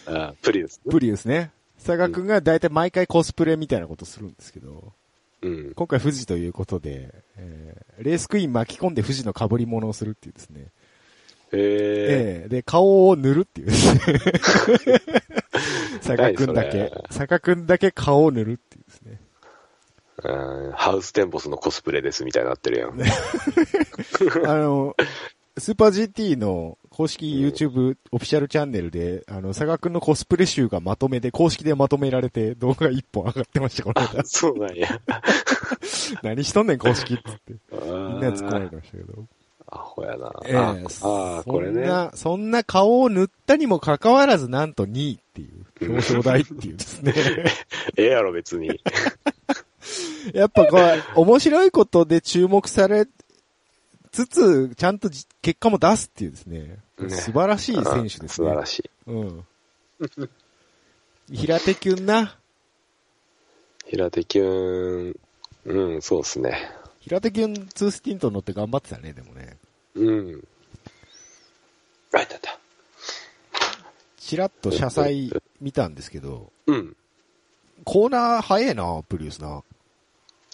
[SPEAKER 1] あプリウス。
[SPEAKER 2] プリウスね。佐賀くんが大体毎回コスプレみたいなことするんですけど、
[SPEAKER 1] うん。
[SPEAKER 2] 今回富士ということで、えーレースクイーン巻き込んで富士の被り物をするっていうですね。
[SPEAKER 1] へえ。
[SPEAKER 2] ええで、顔を塗るっていうです ね。佐賀くんだ
[SPEAKER 1] 何
[SPEAKER 2] け
[SPEAKER 1] それ、
[SPEAKER 2] 佐賀くんだけ顔を塗るっていうですね。
[SPEAKER 1] うんハウステンボスのコスプレですみたいになってるやん。
[SPEAKER 2] あの、スーパー GT の公式 YouTube オフィシャルチャンネルで、あの、佐賀くんのコスプレ集がまとめて、公式でまとめられて動画一本上がってました、この間
[SPEAKER 1] そうなんや。
[SPEAKER 2] 何しとんねん、公式っつって。
[SPEAKER 1] み
[SPEAKER 2] みんな突っ込まれてましたけど。
[SPEAKER 1] アホやな。
[SPEAKER 2] ええ
[SPEAKER 1] ああー、これね
[SPEAKER 2] そん。な、そんな顔を塗ったにもかかわらず、なんと2位っていう、表彰台っていうですね。
[SPEAKER 1] ええやろ、別に。
[SPEAKER 2] やっぱこれ、面白いことで注目されつつ、ちゃんとじ結果も出すっていうですね。
[SPEAKER 1] ね
[SPEAKER 2] 素晴らしい選手です
[SPEAKER 1] 素
[SPEAKER 2] ね
[SPEAKER 1] 晴。らしい。
[SPEAKER 2] うん。平手くんな。
[SPEAKER 1] 平手キュン、うん、そうですね。
[SPEAKER 2] 平手くん2スティント乗って頑張ってたね、でもね。
[SPEAKER 1] うん。あ、いたいた。
[SPEAKER 2] ちらっと車載見たんですけど、
[SPEAKER 1] うん。
[SPEAKER 2] コーナー早えな、プリウスな。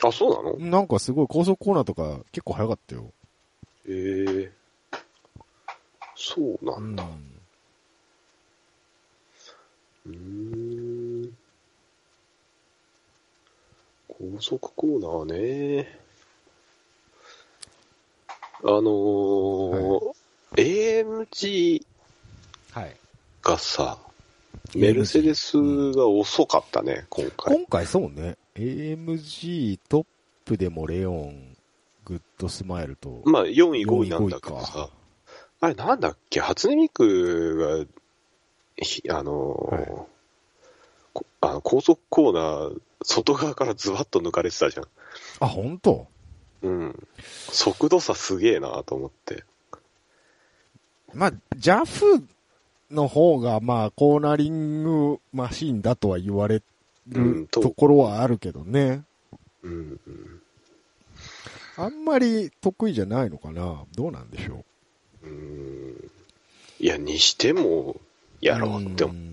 [SPEAKER 1] あ、そうなの
[SPEAKER 2] なんかすごい高速コーナーとか結構早かったよ。
[SPEAKER 1] へえ。そうな
[SPEAKER 2] うんん
[SPEAKER 1] だ。。うーん。高速コーナーね。あのー AMG
[SPEAKER 2] はい。
[SPEAKER 1] がさ、
[SPEAKER 2] AMG
[SPEAKER 1] メルセデスが遅かったね、今回。
[SPEAKER 2] 今回そうね、AMG トップでもレオン、グッドスマイルと、
[SPEAKER 1] まあ、4位、
[SPEAKER 2] 4
[SPEAKER 1] 5
[SPEAKER 2] 位
[SPEAKER 1] 位なん
[SPEAKER 2] 5
[SPEAKER 1] だ
[SPEAKER 2] 位
[SPEAKER 1] けど
[SPEAKER 2] か
[SPEAKER 1] さ。。あれ、なんだっけ、初音ミクがひ、あのー
[SPEAKER 2] はい
[SPEAKER 1] こあの高速コーナー、外側からズワッと抜かれてたじゃん。
[SPEAKER 2] あ、本当
[SPEAKER 1] うん。速度差すげえなと思って。
[SPEAKER 2] まあ、JAF の方が、まあ、コーナリングマシンだとは言われ
[SPEAKER 1] うん
[SPEAKER 2] る
[SPEAKER 1] と
[SPEAKER 2] ところはあるけどね。
[SPEAKER 1] うん。
[SPEAKER 2] あんまり得意じゃないのかな。どうなんでしょ
[SPEAKER 1] うん。いや、にしても、
[SPEAKER 2] う。
[SPEAKER 1] やろうって思
[SPEAKER 2] ん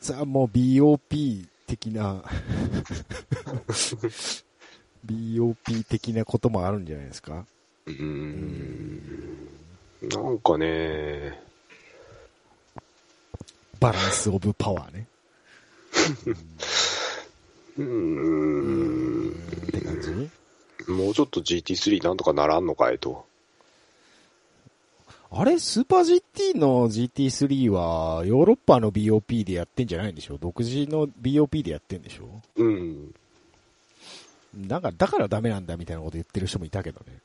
[SPEAKER 2] さあ、もう BOP 的な、BOP 的なこともあるんじゃないですか。
[SPEAKER 1] う。うん。なんかね、
[SPEAKER 2] バランスオブパワーね。
[SPEAKER 1] うん。
[SPEAKER 2] って感じ
[SPEAKER 1] もうちょっと GT3 なんとかならんのかいと。
[SPEAKER 2] あれ、スーパー GT の GT3 は、ヨーロッパの BOP でやってんじゃないんでしょ独自の BOP でやってんでしょ
[SPEAKER 1] うん。
[SPEAKER 2] なんか、だからダメなんだみたいなこと言ってる人もいたけどね。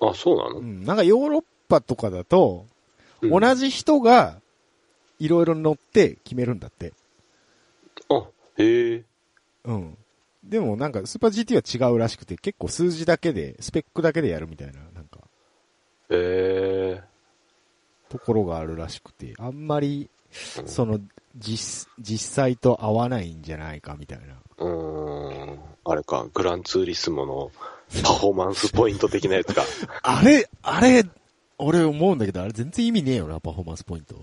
[SPEAKER 1] うあ、そうなの、
[SPEAKER 2] うん、なんかヨーロッパとかだと、
[SPEAKER 1] うん
[SPEAKER 2] 同じ人が、いろいろ乗って決めるんだって。
[SPEAKER 1] あ、へえ。
[SPEAKER 2] うん。でもなんか、スーパー GT は違うらしくて、結構数字だけで、スペックだけでやるみたいな、なんか、
[SPEAKER 1] へえ。
[SPEAKER 2] ところがあるらしくて、あんまり、
[SPEAKER 1] うん
[SPEAKER 2] その、実、実際と合わないんじゃないか、みたいな。
[SPEAKER 1] うーん。あれか、グランツーリスモのパフォーマンスポイント的なやつか。
[SPEAKER 2] あれ、あれ、俺思うんだけど、あれ全然意味ねえよな、パフォーマンスポイント。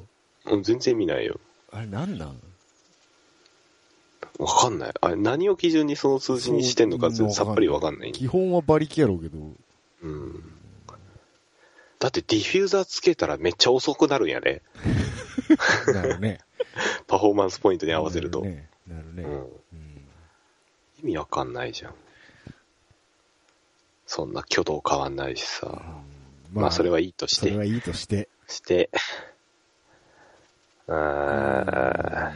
[SPEAKER 1] うん全然見ないよ。
[SPEAKER 2] あれなんなん
[SPEAKER 1] わかんない。あれ、何を基準にその数字にしてんのか
[SPEAKER 2] そう
[SPEAKER 1] さっぱりわかんない。
[SPEAKER 2] 基本は馬力やろうけど、
[SPEAKER 1] うん。だってディフューザーつけたらめっちゃ遅くなるんやね。
[SPEAKER 2] なるね。
[SPEAKER 1] パフォーマンスポイントに 合わせると。
[SPEAKER 2] なるね。なるね。
[SPEAKER 1] うん
[SPEAKER 2] うん
[SPEAKER 1] 意味わかんないじゃん。そんな挙動変わんないしさ。まあ、それ
[SPEAKER 2] は
[SPEAKER 1] はいいとし
[SPEAKER 2] それは
[SPEAKER 1] て。
[SPEAKER 2] いいとして。
[SPEAKER 1] して。あ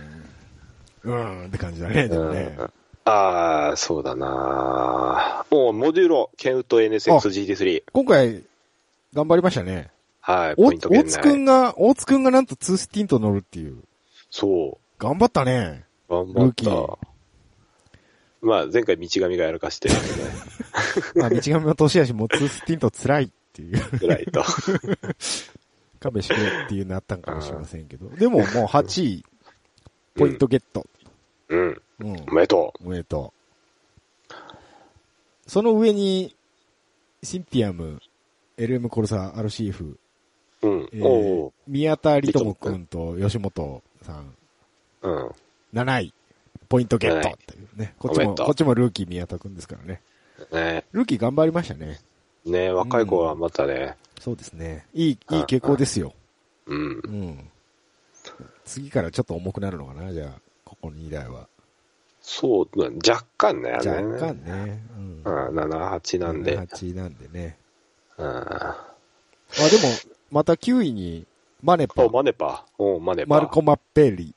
[SPEAKER 2] うん、って感じだね、でもね。
[SPEAKER 1] ーあー、そうだなもう、モデュロ、ケンウッド NSXGT3。
[SPEAKER 2] 今回、頑張りましたね。
[SPEAKER 1] はい、
[SPEAKER 2] お
[SPEAKER 1] ポイント
[SPEAKER 2] 大
[SPEAKER 1] 圏
[SPEAKER 2] 津く
[SPEAKER 1] 内。
[SPEAKER 2] んが、大津くんがなんと2スティント乗るっていう。
[SPEAKER 1] そ
[SPEAKER 2] 頑張ったね。
[SPEAKER 1] う、頑張っ
[SPEAKER 2] ルー
[SPEAKER 1] た。まあ、前回、道神がやらかしてるんでね、
[SPEAKER 2] まあ、道上の年やし、もう2スティント辛いっていう、
[SPEAKER 1] 辛い と。
[SPEAKER 2] 勘弁してっていうなったんかもしれませんけど。でももう8位、ポイントゲット。
[SPEAKER 1] うん、
[SPEAKER 2] うん。
[SPEAKER 1] おめでと
[SPEAKER 2] おめでとう。その上に、シンティアム、LM コルサ、RCF、
[SPEAKER 1] う。うん
[SPEAKER 2] え、ー
[SPEAKER 1] おう
[SPEAKER 2] 宮田理友くんと吉本さん、
[SPEAKER 1] うん、
[SPEAKER 2] 7位、ポイントゲット
[SPEAKER 1] はい
[SPEAKER 2] というね。こっち
[SPEAKER 1] おめ
[SPEAKER 2] も、
[SPEAKER 1] でとう
[SPEAKER 2] こっちもルーキー宮田くんですからね。
[SPEAKER 1] ね
[SPEAKER 2] ルーキー頑張りましたね。
[SPEAKER 1] ね若い子はまたね、
[SPEAKER 2] そうですね。いい、いい傾向ですよ。
[SPEAKER 1] うん
[SPEAKER 2] う、ん。次からちょっと重くなるのかな、じゃあ、ここ2台は。
[SPEAKER 1] そうだ、若干だよね。
[SPEAKER 2] 若干ね。うん
[SPEAKER 1] う。ん、7、8なんで。
[SPEAKER 2] 8なんでね。
[SPEAKER 1] うん。あ、
[SPEAKER 2] あ、でも、また9位に、マネパ、
[SPEAKER 1] マネパ。うん、マネパ。
[SPEAKER 2] マルコ・マッペリ。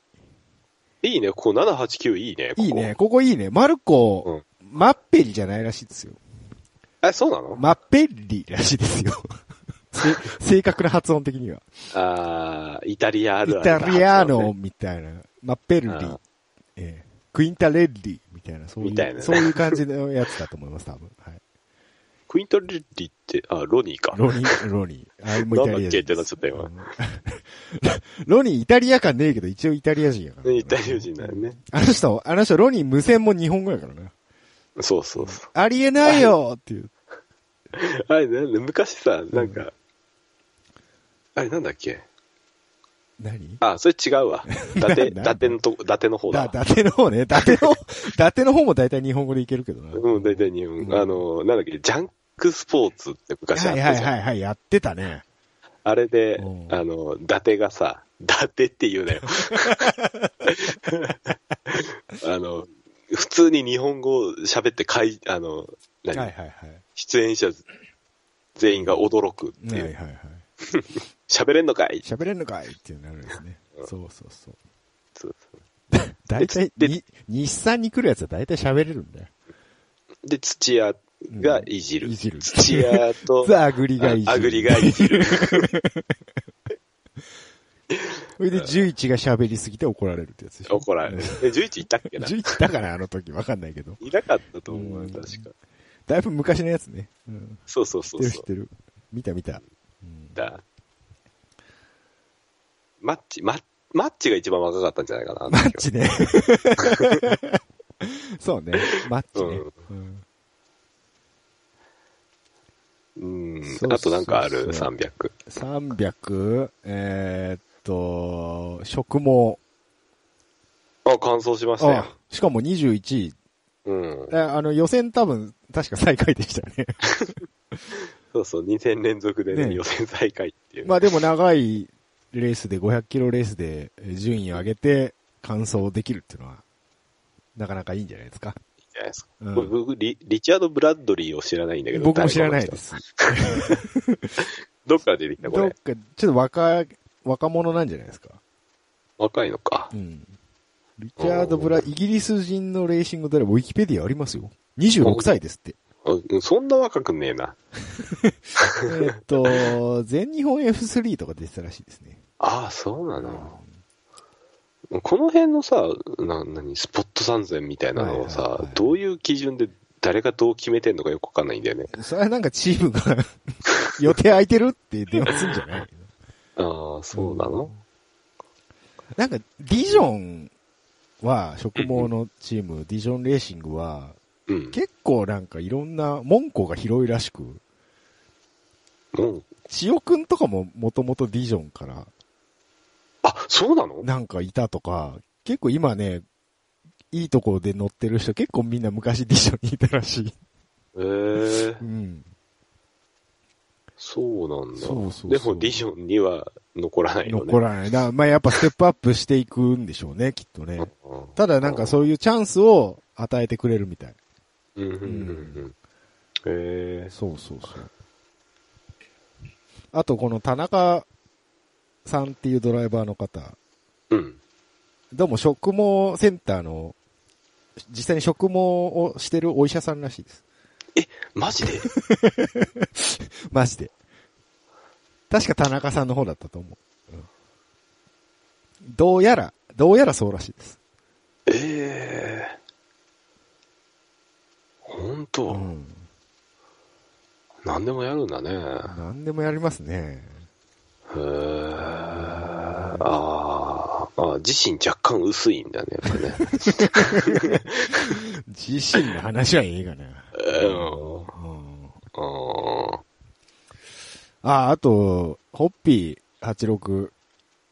[SPEAKER 1] いいね、ここ7、8、9いいね、ここ。
[SPEAKER 2] いいね、ここいいね。マルコ、マッペリじゃないらしいですよ。
[SPEAKER 1] え、そうなの
[SPEAKER 2] マッペリらしいです よ。せ正確な発音的には。
[SPEAKER 1] あーイタリアあ
[SPEAKER 2] イ
[SPEAKER 1] るある
[SPEAKER 2] タ
[SPEAKER 1] な
[SPEAKER 2] リアーノみたいな。マッペリ
[SPEAKER 1] ああ、
[SPEAKER 2] ええクインタレッリみたいな、そうい
[SPEAKER 1] みたいな
[SPEAKER 2] う、
[SPEAKER 1] ね
[SPEAKER 2] そういう感じのやつだと思います、多分。はい。
[SPEAKER 1] クイントレッリって、あ、ロニーか。
[SPEAKER 2] ロニー、ロニー。あれもイタリア人です。
[SPEAKER 1] なんだっけってなっ
[SPEAKER 2] うん ロニー、イタリア感ねえけど、一応イタリア人やから、
[SPEAKER 1] イタリア人だよね。
[SPEAKER 2] あの人、あの人、ロニー無線も日本語やからな。
[SPEAKER 1] そうそうそ
[SPEAKER 2] ありえないよっていう。
[SPEAKER 1] う。あれ、なんだ昔さ、なんか、あれなんだっけ
[SPEAKER 2] 何
[SPEAKER 1] あ、それ違うわ。 伊達、伊
[SPEAKER 2] な
[SPEAKER 1] 達のとこ、伊達の方
[SPEAKER 2] だ、
[SPEAKER 1] だ
[SPEAKER 2] 伊。達の方ね。伊達 の、伊達の方も大体日本語でいけるけどな。
[SPEAKER 1] うん、大体日
[SPEAKER 2] うん
[SPEAKER 1] 本。あの、なんだっけ、ジャンクスポーツって昔あっ
[SPEAKER 2] はい
[SPEAKER 1] た
[SPEAKER 2] は
[SPEAKER 1] じ
[SPEAKER 2] い
[SPEAKER 1] ゃん。
[SPEAKER 2] はいはい、やってたね。
[SPEAKER 1] あれで
[SPEAKER 2] う、ん
[SPEAKER 1] あの、伊達がさ、伊達って言うな よ。あの、普通に日本語を喋ってかい、あの、
[SPEAKER 2] はい
[SPEAKER 1] 何、
[SPEAKER 2] はいはい。
[SPEAKER 1] 出演者全員が驚くって
[SPEAKER 2] はい
[SPEAKER 1] い。
[SPEAKER 2] はいうはい。
[SPEAKER 1] 喋、れんのかい
[SPEAKER 2] 喋れんのかいっていうなるんですね。そうそうそう。
[SPEAKER 1] そうそう
[SPEAKER 2] 大体、
[SPEAKER 1] で
[SPEAKER 2] に日産に来るやつは大体喋れるんだよ。
[SPEAKER 1] で、土屋がいじる。
[SPEAKER 2] うんいじる
[SPEAKER 1] 土屋 と、
[SPEAKER 2] ザ・アグリがいいし。
[SPEAKER 1] あアグリがいじる。
[SPEAKER 2] それで11が喋りすぎて怒られるってやつでしょ
[SPEAKER 1] 怒ら れる。え、11いたっけな
[SPEAKER 2] 11だからあの時わかんないけど。
[SPEAKER 1] いなかったと思う
[SPEAKER 2] う
[SPEAKER 1] よ、
[SPEAKER 2] ん
[SPEAKER 1] 確か。
[SPEAKER 2] だいぶ昔のやつね。うん。
[SPEAKER 1] そうそう
[SPEAKER 2] 知
[SPEAKER 1] そ
[SPEAKER 2] って
[SPEAKER 1] う
[SPEAKER 2] る
[SPEAKER 1] そ
[SPEAKER 2] 知
[SPEAKER 1] う
[SPEAKER 2] っ。てる。見た見た。うん
[SPEAKER 1] だ。マッチ、マッマッチが一番若かったんじゃないかな。
[SPEAKER 2] マッチね。 そうね。マッチね。うん
[SPEAKER 1] うん
[SPEAKER 2] そうそうそう。
[SPEAKER 1] あとなんかある ?300。
[SPEAKER 2] 300、えーっと、食毛。
[SPEAKER 1] あ、完走しましたよ。
[SPEAKER 2] あ、しかも21位。
[SPEAKER 1] うん
[SPEAKER 2] え。あの、予選多分、確か最下位でしたよ ね。
[SPEAKER 1] そうそう、2戦連続でね、
[SPEAKER 2] ね
[SPEAKER 1] 予選再開っていう。
[SPEAKER 2] まあでも長いレースで、500キロレースでえー順位を上げて完走できるっていうのは、なかなかいいんじゃないですか。
[SPEAKER 1] いいじゃないですか。
[SPEAKER 2] うん
[SPEAKER 1] 僕僕リ、リチャード・ブラッドリーを知らないんだけど。
[SPEAKER 2] 僕も知らない
[SPEAKER 1] 誰か
[SPEAKER 2] で
[SPEAKER 1] の人。
[SPEAKER 2] す。
[SPEAKER 1] どっから出てきたこ
[SPEAKER 2] どっ
[SPEAKER 1] れ
[SPEAKER 2] か。、ちょっと若、若者なんじゃないですか。
[SPEAKER 1] 若いのか
[SPEAKER 2] う。ん。リチャード・ブラ、イギリス人のレーシングドライバー、ウィキペディアありますよ。26歳ですって。
[SPEAKER 1] ああそんな若くねえな。
[SPEAKER 2] えっと、全日本 F3 とか出てたらしいですね。
[SPEAKER 1] ああ、そうなの。この辺のさ、な、なに、スポット参戦みたいなのを
[SPEAKER 2] はいはい
[SPEAKER 1] さ
[SPEAKER 2] はい、
[SPEAKER 1] どういう基準で誰がどう決めてんのかよくわかんないんだよね。
[SPEAKER 2] それはなんかチームが 予定空いてるって電話すんじゃない
[SPEAKER 1] ああ、そうなの
[SPEAKER 2] なんか、ディジョンは、職毛のチーム、ディジョンレーシングは、
[SPEAKER 1] うん。
[SPEAKER 2] 結構なんかいろんな門戸が広いらしく、
[SPEAKER 1] もう、
[SPEAKER 2] 千代くんとかももともとディジョンから
[SPEAKER 1] あ、そうなの
[SPEAKER 2] なんかいたとか、結構今ね、いいとこで乗ってる人結構みんな昔ディジョンにいたらしい。
[SPEAKER 1] へえ
[SPEAKER 2] う、ん。
[SPEAKER 1] そうなんだ。
[SPEAKER 2] そうそうそう
[SPEAKER 1] でも、ディジョンには残らないよね。
[SPEAKER 2] 残らない。だからまあやっぱステップアップしていくんでしょうね、きっとね。
[SPEAKER 1] うん
[SPEAKER 2] ただなんかそういうチャンスを与えてくれるみたい。
[SPEAKER 1] うんうんうんうん。へえ。
[SPEAKER 2] そうそうそう。あとこの田中さんっていうドライバーの方、
[SPEAKER 1] うん。
[SPEAKER 2] どうも植毛センターの、実際に植毛をしてるお医者さんらしいです。
[SPEAKER 1] マジ で
[SPEAKER 2] マジで。確か田中さんの方だったと思う。どうやら、どうやらそうらしいです。
[SPEAKER 1] ええ。ほん
[SPEAKER 2] う
[SPEAKER 1] と、
[SPEAKER 2] ん。
[SPEAKER 1] 何でもやるんだね。へ
[SPEAKER 2] 何でもやりますね。
[SPEAKER 1] え。ああ。あ自身若干薄いんだね、やっぱ ね。
[SPEAKER 2] 自身の話はええがな。
[SPEAKER 1] うん。
[SPEAKER 2] うん
[SPEAKER 1] あ
[SPEAKER 2] あ、あと、ホッピー86、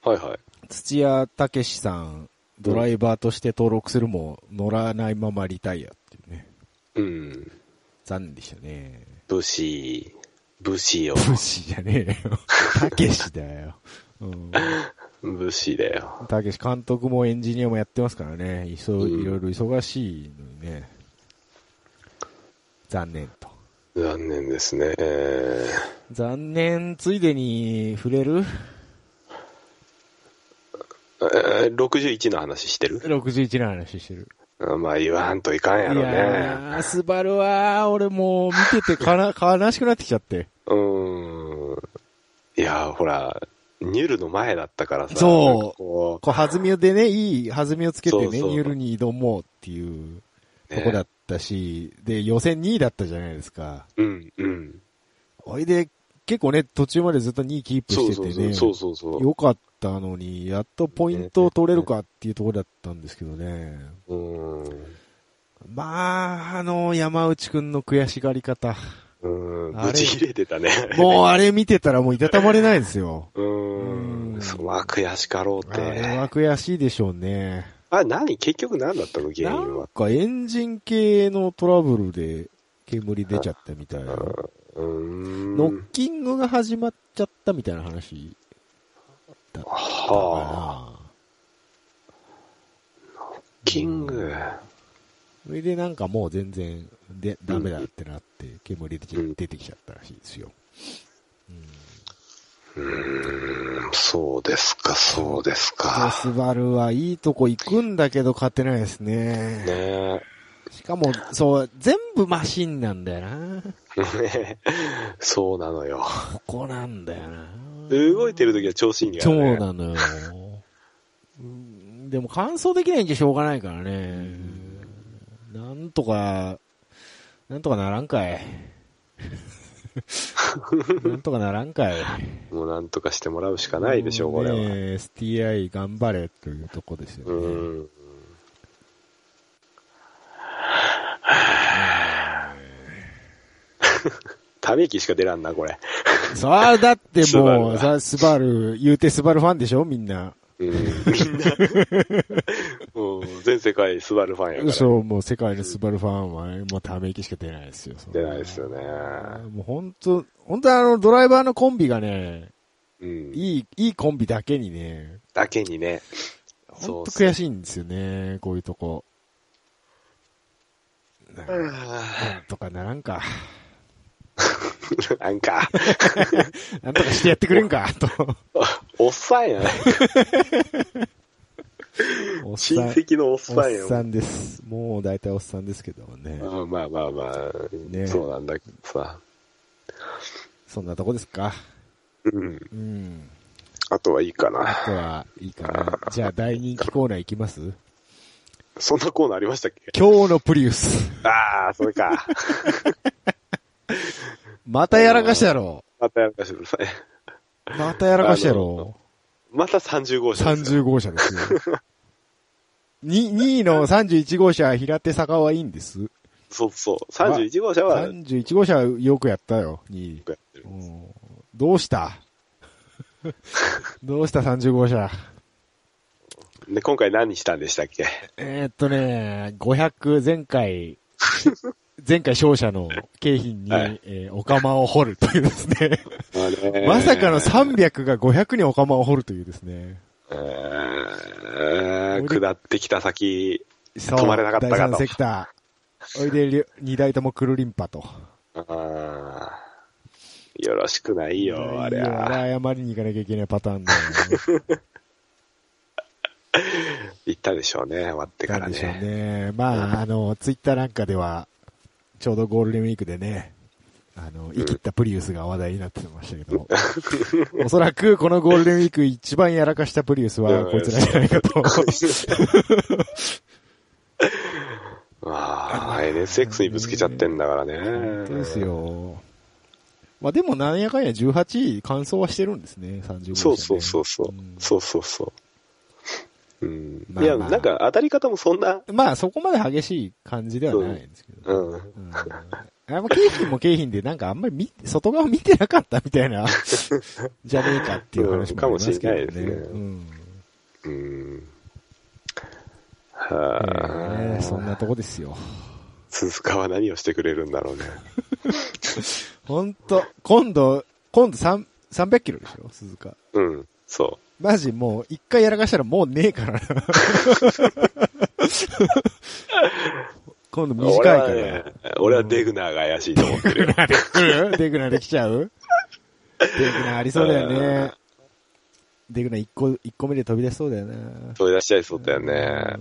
[SPEAKER 1] あ。はいはい。
[SPEAKER 2] 土屋武史さん、ドライバーとして登録するも、乗らないままリタイアっていうね。
[SPEAKER 1] うん。
[SPEAKER 2] 残念でしたね。
[SPEAKER 1] 武士、武士よ。
[SPEAKER 2] 武士じゃね えよ。武史だよ。うん
[SPEAKER 1] 武士だよ。
[SPEAKER 2] たけし監督もエンジニアもやってますからね、いそ
[SPEAKER 1] うん
[SPEAKER 2] いろいろ忙しいのにね、残念と。
[SPEAKER 1] 残念ですね。え
[SPEAKER 2] 残念ついでに触れる
[SPEAKER 1] ーえー、61の話してる
[SPEAKER 2] ?61 の話してる。
[SPEAKER 1] あまあ言わんといかんや
[SPEAKER 2] い
[SPEAKER 1] ろ
[SPEAKER 2] や
[SPEAKER 1] ね。
[SPEAKER 2] ー、スバルは、俺もう見てて かな悲しくなってきちゃって。
[SPEAKER 1] うーん。いやー、ほら、ニュルの前だったからさ。
[SPEAKER 2] そう
[SPEAKER 1] なんかこ
[SPEAKER 2] こう弾みをでね、いい弾みをつけてね、
[SPEAKER 1] そうそう
[SPEAKER 2] ニュールに挑もうっていう
[SPEAKER 1] う
[SPEAKER 2] とこだったし、で、予選2位だったじゃないですか。
[SPEAKER 1] ねうん、うん。
[SPEAKER 2] おいで、結構ね、途中までずっと2位キープ
[SPEAKER 1] そう
[SPEAKER 2] して
[SPEAKER 1] そう
[SPEAKER 2] て
[SPEAKER 1] そう。
[SPEAKER 2] ね。
[SPEAKER 1] そうそうそう。
[SPEAKER 2] 良かったのに、やっとポイントを取れるかっていうところだったんですけどね。
[SPEAKER 1] うーん。
[SPEAKER 2] まあ、あの、山内くんの悔しが り方。
[SPEAKER 1] うーん。
[SPEAKER 2] あれ
[SPEAKER 1] ぶち切れてたね。
[SPEAKER 2] もうあれ見てたらもういたたまれないですよ。
[SPEAKER 1] うー
[SPEAKER 2] うん
[SPEAKER 1] ん。そう、まあ悔しかろうっ
[SPEAKER 2] あれ
[SPEAKER 1] て。
[SPEAKER 2] は悔しいでしょうね。
[SPEAKER 1] あ、何結局何だったの原
[SPEAKER 2] な
[SPEAKER 1] 因
[SPEAKER 2] ん
[SPEAKER 1] は。
[SPEAKER 2] かエンジン系のトラブルで煙出ちゃったみたいな。
[SPEAKER 1] うーん。
[SPEAKER 2] ノッキングが始まっちゃったみたいな話だった
[SPEAKER 1] はあ。
[SPEAKER 2] かな。
[SPEAKER 1] キング。
[SPEAKER 2] それでなんかもう全然でダメだってなって、煙出て
[SPEAKER 1] うん
[SPEAKER 2] 出てきちゃったらしいですよ。
[SPEAKER 1] そうですか、そうです
[SPEAKER 2] ロ
[SPEAKER 1] か。
[SPEAKER 2] スバルはいいとこ行くんだけど勝てないです
[SPEAKER 1] ね
[SPEAKER 2] ね。
[SPEAKER 1] え。
[SPEAKER 2] しかも、そう、全部マシンなんだよな。
[SPEAKER 1] ねそうなのよ。
[SPEAKER 2] ここなんだよな。
[SPEAKER 1] 動いてる時は調子いいんや、ね。
[SPEAKER 2] そうなのよ。うんでも完走できないんじゃしょうがないからね。なんとか、なんとかならんかい。なんとかならんかい。
[SPEAKER 1] もうなんとかしてもらうしかないでしょう、これは。
[SPEAKER 2] もうね STI 頑張れというとこですよ
[SPEAKER 1] う
[SPEAKER 2] ね。
[SPEAKER 1] ーん。ため息しか出らんな、これ。
[SPEAKER 2] さあ、だっ て
[SPEAKER 1] スバル
[SPEAKER 2] もう、
[SPEAKER 1] は
[SPEAKER 2] さ、スバル、言うてスバルファンでしょみんな。
[SPEAKER 1] うん、みんな。もう全世界スバルファンやから。
[SPEAKER 2] そう、もう世界のスバルファンは、もうため息しか出ないですよ。
[SPEAKER 1] 出ないですよね。
[SPEAKER 2] もう本当本当あの、ドライバーのコンビがね、
[SPEAKER 1] うん。
[SPEAKER 2] いい、いいコンビだけにね、
[SPEAKER 1] だけにね。そ
[SPEAKER 2] 本
[SPEAKER 1] う
[SPEAKER 2] 当
[SPEAKER 1] そう
[SPEAKER 2] 悔しいんですよね、こういうとこ。なんかなんとかならんか。
[SPEAKER 1] なんか、
[SPEAKER 2] なんとかしてやってくれんか、と。
[SPEAKER 1] おっさんやね。
[SPEAKER 2] おおっさ
[SPEAKER 1] 親
[SPEAKER 2] ん、
[SPEAKER 1] 戚のおっ
[SPEAKER 2] お
[SPEAKER 1] さん
[SPEAKER 2] っ
[SPEAKER 1] よ。
[SPEAKER 2] さんです。もう大体おっさんですけどね。
[SPEAKER 1] うんまあまあまあ、
[SPEAKER 2] ね
[SPEAKER 1] そうなんだけどさ。
[SPEAKER 2] そんなとこですか。
[SPEAKER 1] うん。
[SPEAKER 2] うん。
[SPEAKER 1] あとはいいか
[SPEAKER 2] あ
[SPEAKER 1] な。
[SPEAKER 2] とはいいかな。じゃあ大人気コーナーいきます
[SPEAKER 1] そんなコーナーありましたっけ
[SPEAKER 2] 今日のプリウス。
[SPEAKER 1] ああ、それか。
[SPEAKER 2] またやらかしたろ。
[SPEAKER 1] またやらかしてください。
[SPEAKER 2] またやらかしたろ。
[SPEAKER 1] また30号車ですよ。
[SPEAKER 2] 30号車ですよ。2, 2位の31号車、平手坂はいいんです。
[SPEAKER 1] そうそう。31号車は、
[SPEAKER 2] 31号車よくやったよ、2位。
[SPEAKER 1] 僕やってる
[SPEAKER 2] うんどうした どうした30号車。
[SPEAKER 1] で、今回何したんでしたっけ
[SPEAKER 2] えーっとね、500 前回、前回勝者の景品に、
[SPEAKER 1] はい
[SPEAKER 2] えーお釜を掘るというですね。ま
[SPEAKER 1] ま
[SPEAKER 2] さかの300が500にお釜を掘るというですね。
[SPEAKER 1] えー下ってきた先、
[SPEAKER 2] そう
[SPEAKER 1] 止まれなかったかと
[SPEAKER 2] 第三セクター。おいでりょ、2台ともくるりんぱと。
[SPEAKER 1] あーよろしくないよ、あれ
[SPEAKER 2] いや
[SPEAKER 1] は。
[SPEAKER 2] あれ謝りに行かなきゃいけないパターンだよ
[SPEAKER 1] 言ったでしょうね、終わってか
[SPEAKER 2] な
[SPEAKER 1] ら
[SPEAKER 2] んでしょう
[SPEAKER 1] ね。
[SPEAKER 2] ね。まあ、あの、ツイッターなんかでは、ちょうどゴールデンウィークでね、あの、生きったプリウスが話題になってましたけど、 おそらくこのゴールデンウィーク一番やらかしたプリウスはこいつらじゃないかと。
[SPEAKER 1] まあ、NSX にぶつけちゃってんだからね。
[SPEAKER 2] 本当 ですよ。まあでもなんやかんや18位完走はしてるんですね、30号車ね
[SPEAKER 1] そうそうそうそう。
[SPEAKER 2] ん
[SPEAKER 1] そうそうそう。うん。
[SPEAKER 2] まあ
[SPEAKER 1] いや、
[SPEAKER 2] まあ
[SPEAKER 1] なんか当たり方もそんな、
[SPEAKER 2] まあそこまで激しい感じではないんですけど。
[SPEAKER 1] うん。
[SPEAKER 2] うんあもう景品も景品で、なんかあんまり見て、外側見てなかったみた いな、じゃねえかっていう話もあり
[SPEAKER 1] うんかも
[SPEAKER 2] ますけどね。
[SPEAKER 1] しれないですね
[SPEAKER 2] うん
[SPEAKER 1] うん。はあ、
[SPEAKER 2] ええそんなとこですよ。
[SPEAKER 1] 鈴鹿は何をしてくれるんだろうね。
[SPEAKER 2] ほんと、今度、今度3、300キロでしょ鈴鹿。
[SPEAKER 1] うん、そ
[SPEAKER 2] マジもう、一回やらかしたらもうね えからな。今度
[SPEAKER 1] う。
[SPEAKER 2] 短い
[SPEAKER 1] 俺
[SPEAKER 2] から
[SPEAKER 1] は。ね、俺はデグナーが怪しいと思ってるよ。
[SPEAKER 2] 来 るデグナできちゃうデグナありそうだよね。デグナ1個、一個目で飛び出しそうだよね。
[SPEAKER 1] 飛び出しちゃいそうだよね。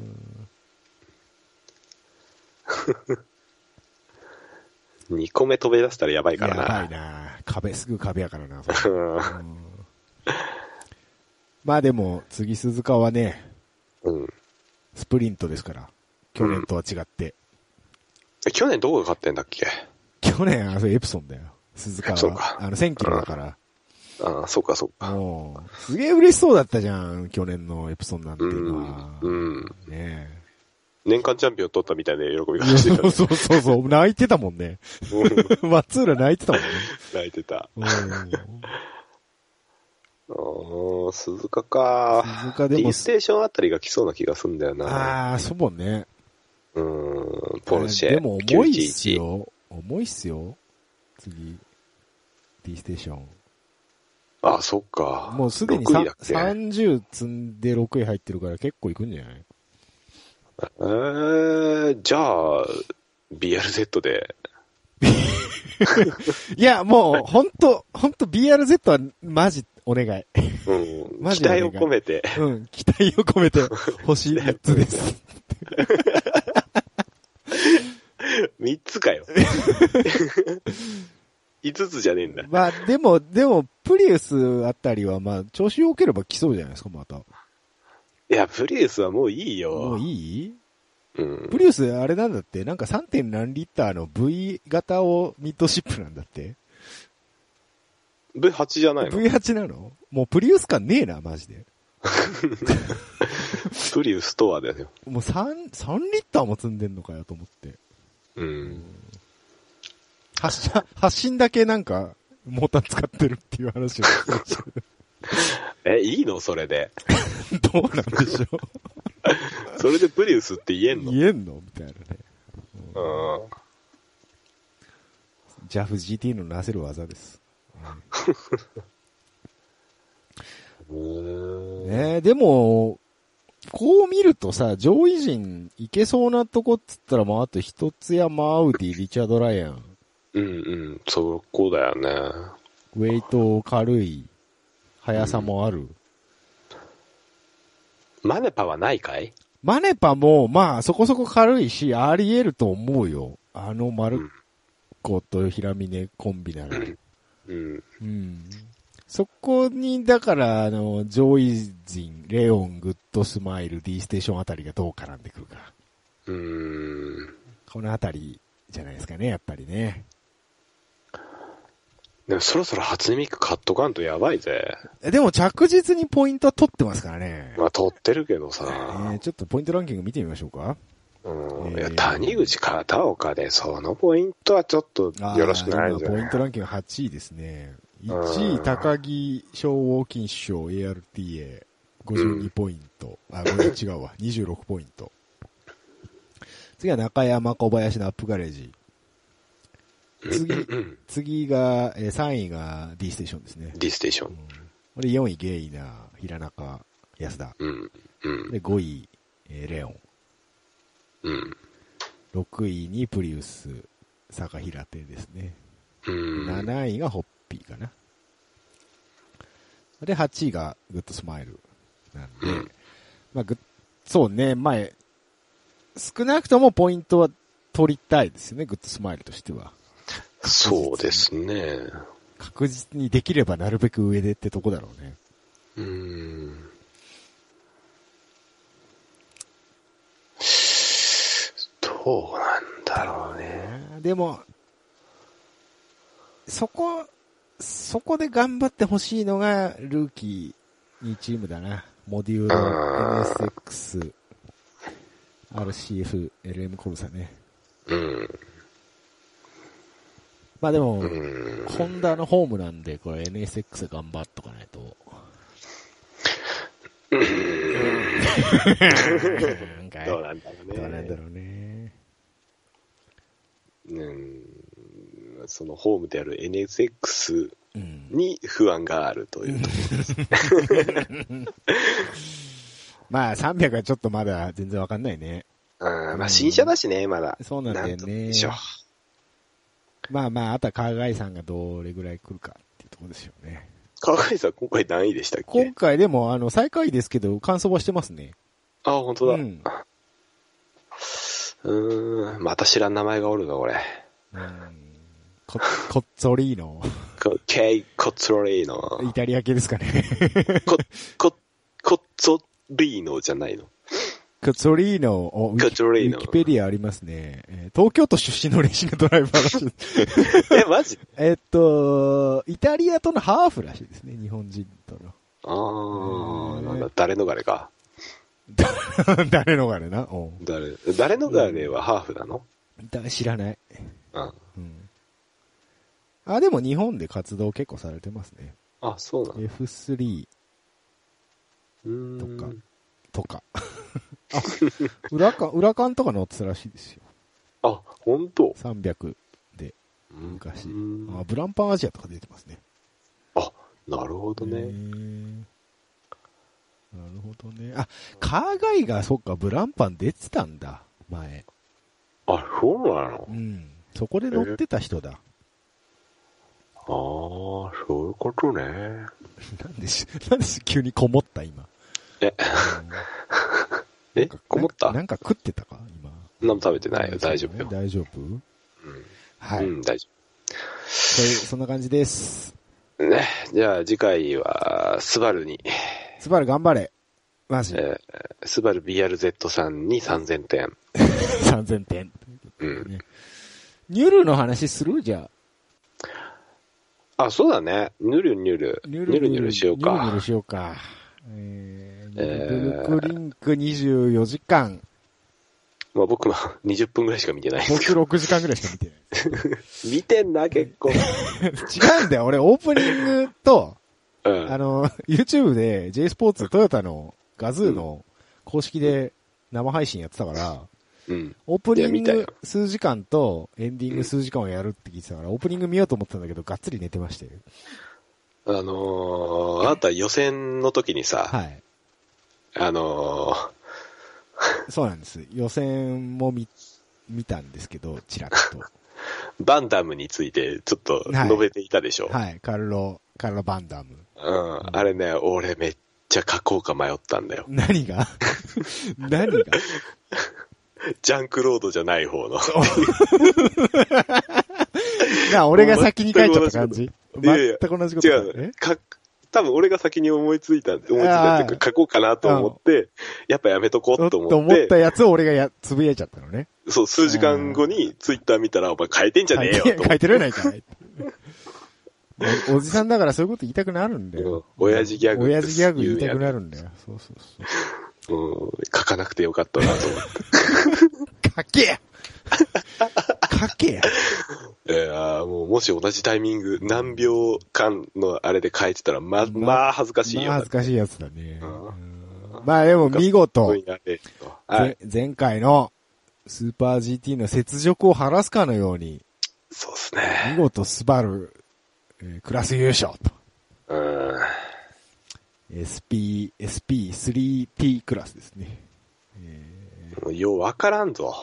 [SPEAKER 1] 2個目飛び出したらやばい
[SPEAKER 2] や
[SPEAKER 1] から
[SPEAKER 2] ばい
[SPEAKER 1] な。
[SPEAKER 2] な壁、すぐ壁やからな、それ
[SPEAKER 1] うん
[SPEAKER 2] うんまあでも、次鈴鹿はね、
[SPEAKER 1] うん。
[SPEAKER 2] スプリントですから、去年とは違って。
[SPEAKER 1] え去年どこが勝ってんだっけ
[SPEAKER 2] 去年、あ、それエプソンだよ。鈴鹿
[SPEAKER 1] そうか
[SPEAKER 2] は。あの、1000キロだから。
[SPEAKER 1] ああ、そっかそっか。
[SPEAKER 2] もう、すげえ嬉しそうだったじゃん、去年のエプソンなんて
[SPEAKER 1] う
[SPEAKER 2] いうの
[SPEAKER 1] ん
[SPEAKER 2] は。。
[SPEAKER 1] うん。
[SPEAKER 2] ねえ。
[SPEAKER 1] 年間チャンピオン取ったみたいな喜びがしてた
[SPEAKER 2] そう
[SPEAKER 1] ね。
[SPEAKER 2] そうそうそう、泣いてたもんね。
[SPEAKER 1] うん
[SPEAKER 2] 松浦泣いてたもんね。
[SPEAKER 1] 泣いてた。
[SPEAKER 2] うん
[SPEAKER 1] あー鈴鹿か。
[SPEAKER 2] 鈴鹿でも
[SPEAKER 1] D ステーションあたりが来そうな気がすんだよな。
[SPEAKER 2] ああ、そうね。
[SPEAKER 1] うーん、ポルシェ。
[SPEAKER 2] でも重いっす
[SPEAKER 1] 911。
[SPEAKER 2] よ。重いっすよ。次。D ステーション。
[SPEAKER 1] あ、そっか。
[SPEAKER 2] もうすでに
[SPEAKER 1] 6
[SPEAKER 2] さ
[SPEAKER 1] 位だっけ。え
[SPEAKER 2] 30積んで6位入ってるから結構いくんじゃない
[SPEAKER 1] ー、じゃあ、BRZ で。
[SPEAKER 2] いや、もう、ほんと、 ほんと BRZ はマジお願い。
[SPEAKER 1] うん。
[SPEAKER 2] マジ
[SPEAKER 1] 期待
[SPEAKER 2] でお願い
[SPEAKER 1] を込めて。
[SPEAKER 2] うん、期待を込め て星3つです。
[SPEAKER 1] 3つかよ。5つじゃねえんだ。
[SPEAKER 2] まあ、でも、でも、プリウスあたりは、まあ、調子良ければ来そうじゃないですか、また。
[SPEAKER 1] いや、プリウスはもういい
[SPEAKER 2] も
[SPEAKER 1] よ
[SPEAKER 2] う。いい
[SPEAKER 1] うん
[SPEAKER 2] プ。リウス、あれなんだって、なんか 3. 点何リッターの V 型をミッドシップなんだって。
[SPEAKER 1] V8 じゃないの
[SPEAKER 2] V8 なのもうプリウス感ねえな、マジで。
[SPEAKER 1] プリウスとはだよ。
[SPEAKER 2] もう3、3リッターも積んでんのかよと思って。
[SPEAKER 1] うん。
[SPEAKER 2] 発射、発信だけなんか、モーター使ってるっていう話を聞きましたけ
[SPEAKER 1] え、いいのそれで。
[SPEAKER 2] ど。どうなんでしょう
[SPEAKER 1] それでプリウスって言えんの
[SPEAKER 2] 言えんのみたいなね。
[SPEAKER 1] うん。
[SPEAKER 2] ジャフ GT のなせる技です。
[SPEAKER 1] ね
[SPEAKER 2] ねえ、でも、こう見るとさ、上位陣行けそうなとこっつったら、まあ、あと一つ山、アウディ、リチャード・ライアン、
[SPEAKER 1] うんうん、そこだよね。
[SPEAKER 2] ウェイト軽い、速さもある。
[SPEAKER 1] マネパはないかい
[SPEAKER 2] マネパも、まあ、そこそこ軽いし、あり得ると思うよ。あの、マルコとヒラミネコンビなら。
[SPEAKER 1] うん。
[SPEAKER 2] うん。そこに、だから、あの、上位陣、レオン、グッドスマイル、D ステーションあたりがどう絡んでくるか。
[SPEAKER 1] うん。
[SPEAKER 2] このあたりじゃないですかね、やっぱりね。
[SPEAKER 1] でもそろそろ初音ミク買っとかんとやばいぜ。
[SPEAKER 2] えでも着実にポイントは取ってますからね。
[SPEAKER 1] まあ、取ってるけどさ。
[SPEAKER 2] えーちょっとポイントランキング見てみましょうか。
[SPEAKER 1] うん。
[SPEAKER 2] えー
[SPEAKER 1] いや、谷口片岡で、そのポイントはちょっと
[SPEAKER 2] あー
[SPEAKER 1] よろしくないんじゃ
[SPEAKER 2] 今ポ
[SPEAKER 1] な
[SPEAKER 2] イ
[SPEAKER 1] い
[SPEAKER 2] ントランキング8位ですね。
[SPEAKER 1] う
[SPEAKER 2] 1位、
[SPEAKER 1] ん
[SPEAKER 2] 高木、昭和金賞、ARTA、52ポイント。あ、52違うわ、26ポイント。次は中山、小林のアップガレージ。次、次が、えー3位が D ステーションですね。
[SPEAKER 1] D ステーショ
[SPEAKER 2] うん
[SPEAKER 1] ン。、
[SPEAKER 2] これ4位、ゲイナー、平中、安田。
[SPEAKER 1] うん。うん。
[SPEAKER 2] で、5位、えーレオン。
[SPEAKER 1] うん。
[SPEAKER 2] 6位にプリウス、坂平亭ですね。
[SPEAKER 1] うん。
[SPEAKER 2] 7位がホッピーかな。で、8位がグッドスマイルなんで、
[SPEAKER 1] うん
[SPEAKER 2] まあ、グッそうね、前、少なくともポイントは取りたいですよね、グッドスマイルとしては。
[SPEAKER 1] そうですね。
[SPEAKER 2] 確実にできればなるべく上でってとこだろうね。
[SPEAKER 1] うん。どうなんだろうね。
[SPEAKER 2] でも、そこ、そこで頑張ってほしいのが、ルーキー2チームだな。モデュー
[SPEAKER 1] あ
[SPEAKER 2] ロ、NSX、RCF、LM コルサね。
[SPEAKER 1] うん。
[SPEAKER 2] まあでも、
[SPEAKER 1] うん。
[SPEAKER 2] ホンダのホームなんで、これ NSX 頑張っとかないと。 なんか
[SPEAKER 1] どうなんだろうね。
[SPEAKER 2] どうなんだろうね。
[SPEAKER 1] うん。そのホームである NSX
[SPEAKER 2] うん。
[SPEAKER 1] に不安があるというところです。
[SPEAKER 2] まあ300はちょっとまだ全然わかんないね。
[SPEAKER 1] うん。まあ、新車だしね、まだ。
[SPEAKER 2] そうなんだよね
[SPEAKER 1] んともでしょう。
[SPEAKER 2] まあまあ、あとは川外さんがどれぐらい来るかっていうところですよね。
[SPEAKER 1] 川上さん、今回何位でしたっ
[SPEAKER 2] 今
[SPEAKER 1] け
[SPEAKER 2] 回でも、あの、最下位ですけど、感想はしてますね。
[SPEAKER 1] あ、本当だ。
[SPEAKER 2] う
[SPEAKER 1] うんん。ーん、また知らん名前がおるぞ、これ。
[SPEAKER 2] うん。ココッツォリー ノ。
[SPEAKER 1] こケイ・コッツォ リーノ。
[SPEAKER 2] イタリア系ですかね。
[SPEAKER 1] コココッツォリーノじゃないの。
[SPEAKER 2] コッツォリーノを、ウィキ
[SPEAKER 1] コッツォリーノ
[SPEAKER 2] ウィキペディアありますね。えー東京都出身のレーシングドライバーらしい。
[SPEAKER 1] え、マジ
[SPEAKER 2] えっと、イタリアとのハーフらしいですね、日本人との。
[SPEAKER 1] あー、なんだ、誰逃れか。
[SPEAKER 2] 誰のがれなおう
[SPEAKER 1] 誰、誰逃れはハーフなの
[SPEAKER 2] だ知らない。
[SPEAKER 1] うん。
[SPEAKER 2] うん。あ、でも日本で活動結構されてますね。
[SPEAKER 1] あ、そうなの
[SPEAKER 2] F3
[SPEAKER 1] うーん。
[SPEAKER 2] とかとか。あ、裏か、裏缶とか乗ってたらしいですよ。
[SPEAKER 1] あ、本当。
[SPEAKER 2] 300で、昔
[SPEAKER 1] う。
[SPEAKER 2] あ、
[SPEAKER 1] ん
[SPEAKER 2] ブランパンアジアとか出てますね。
[SPEAKER 1] あ、なるほど
[SPEAKER 2] へ
[SPEAKER 1] ね。
[SPEAKER 2] ーなるほどね。あ、カーガイが、そっか、ブランパン出てたんだ、前。
[SPEAKER 1] あ、そうなの
[SPEAKER 2] うん。そこで乗ってた人だ。
[SPEAKER 1] ああ、そういうことね。
[SPEAKER 2] なんでし、なんでし、急にこもった、今。
[SPEAKER 1] え、え、こもった
[SPEAKER 2] な
[SPEAKER 1] なん
[SPEAKER 2] かなんか食ってたか今。
[SPEAKER 1] 何も食べてないよ。大丈夫よ。
[SPEAKER 2] 大丈夫は
[SPEAKER 1] う
[SPEAKER 2] い。
[SPEAKER 1] ん、大丈
[SPEAKER 2] そういうそんな感じです。
[SPEAKER 1] 夫。ね。じゃあ次回は、スバルに、
[SPEAKER 2] スバル頑張れ。マジ。
[SPEAKER 1] えースバル BRZ さんに3000点。
[SPEAKER 2] 3000点。
[SPEAKER 1] うん。
[SPEAKER 2] ニュルの話するじゃ
[SPEAKER 1] あ、そうだね。ヌルニュル。
[SPEAKER 2] あ。
[SPEAKER 1] ヌルニュルしよう
[SPEAKER 2] ニュルニュル
[SPEAKER 1] か。
[SPEAKER 2] しようか。えー、
[SPEAKER 1] えー
[SPEAKER 2] ブルクリンク24時間。
[SPEAKER 1] まあ僕も 20分ぐらいしか見てないですけ
[SPEAKER 2] 僕6時間ぐらいしか見てない。
[SPEAKER 1] ど。見てんな、結 構。
[SPEAKER 2] 違うんだよ。俺オープニングと、
[SPEAKER 1] うん。
[SPEAKER 2] あの、YouTube で J スポーツトヨタのガズーの公式で生配信やってたから、
[SPEAKER 1] うん。
[SPEAKER 2] オープニ
[SPEAKER 1] いや
[SPEAKER 2] ン
[SPEAKER 1] 見た
[SPEAKER 2] グ
[SPEAKER 1] よ
[SPEAKER 2] 数時間とエンディング数時間をやるって聞いてたから、オープニング見ようと思ってたんだけど、がっつり寝てましたよ。
[SPEAKER 1] あのー、あなた予選の時にさ、
[SPEAKER 2] はい。
[SPEAKER 1] あのー、
[SPEAKER 2] そうなんです。予選も見、見たんですけど、ちらっ と。
[SPEAKER 1] バンダムについてちょっと述べていたでしょ。
[SPEAKER 2] はい。カルロ、カルロ・バンダム。
[SPEAKER 1] うん。あれね、俺めっちゃ書こうか迷ったんだよ。
[SPEAKER 2] 何が 何が
[SPEAKER 1] ジャンクロードじゃない方の。
[SPEAKER 2] な、俺が先に書いちゃった感じ
[SPEAKER 1] いやいや
[SPEAKER 2] 全く同じこ
[SPEAKER 1] 違
[SPEAKER 2] とだ
[SPEAKER 1] う。か多分俺が先に思いついた、思いついた
[SPEAKER 2] あー
[SPEAKER 1] っていうか書こうかなと思って、やっぱやめとこ
[SPEAKER 2] え
[SPEAKER 1] う
[SPEAKER 2] と
[SPEAKER 1] と
[SPEAKER 2] 思
[SPEAKER 1] 思っ
[SPEAKER 2] った
[SPEAKER 1] て、
[SPEAKER 2] やつを俺がや、つぶやいちゃったのね。
[SPEAKER 1] そう、数時間後にツイッター見たら、お前変えてんじゃねえよ
[SPEAKER 2] 書い
[SPEAKER 1] と
[SPEAKER 2] て書いてるやないかい。おおじさんだからそういうこと 言いたくなるんだよ。
[SPEAKER 1] うん親父ギャグ
[SPEAKER 2] 親父ギャグ言いたくなるんだよ。そうそう
[SPEAKER 1] 思
[SPEAKER 2] そう。
[SPEAKER 1] って、うん、書かなくてよかったなと思って。
[SPEAKER 2] 書けや書けや
[SPEAKER 1] いやーもうもし同じタイミング、何秒間のあれで書いてたら、ま、
[SPEAKER 2] ま
[SPEAKER 1] まあ恥ずかしいよ。
[SPEAKER 2] まあ恥ずかしいやつだね。
[SPEAKER 1] う
[SPEAKER 2] うんんまあでも見事
[SPEAKER 1] う、んやべえとはい。
[SPEAKER 2] ぜ前回のスーパー GT の雪辱を晴らすかのように、
[SPEAKER 1] そうっす
[SPEAKER 2] 見
[SPEAKER 1] ね。
[SPEAKER 2] 事スバル、えークラス優勝
[SPEAKER 1] う
[SPEAKER 2] と。
[SPEAKER 1] ん。
[SPEAKER 2] SP、SP3T クラスですね。
[SPEAKER 1] もうようわからんぞ。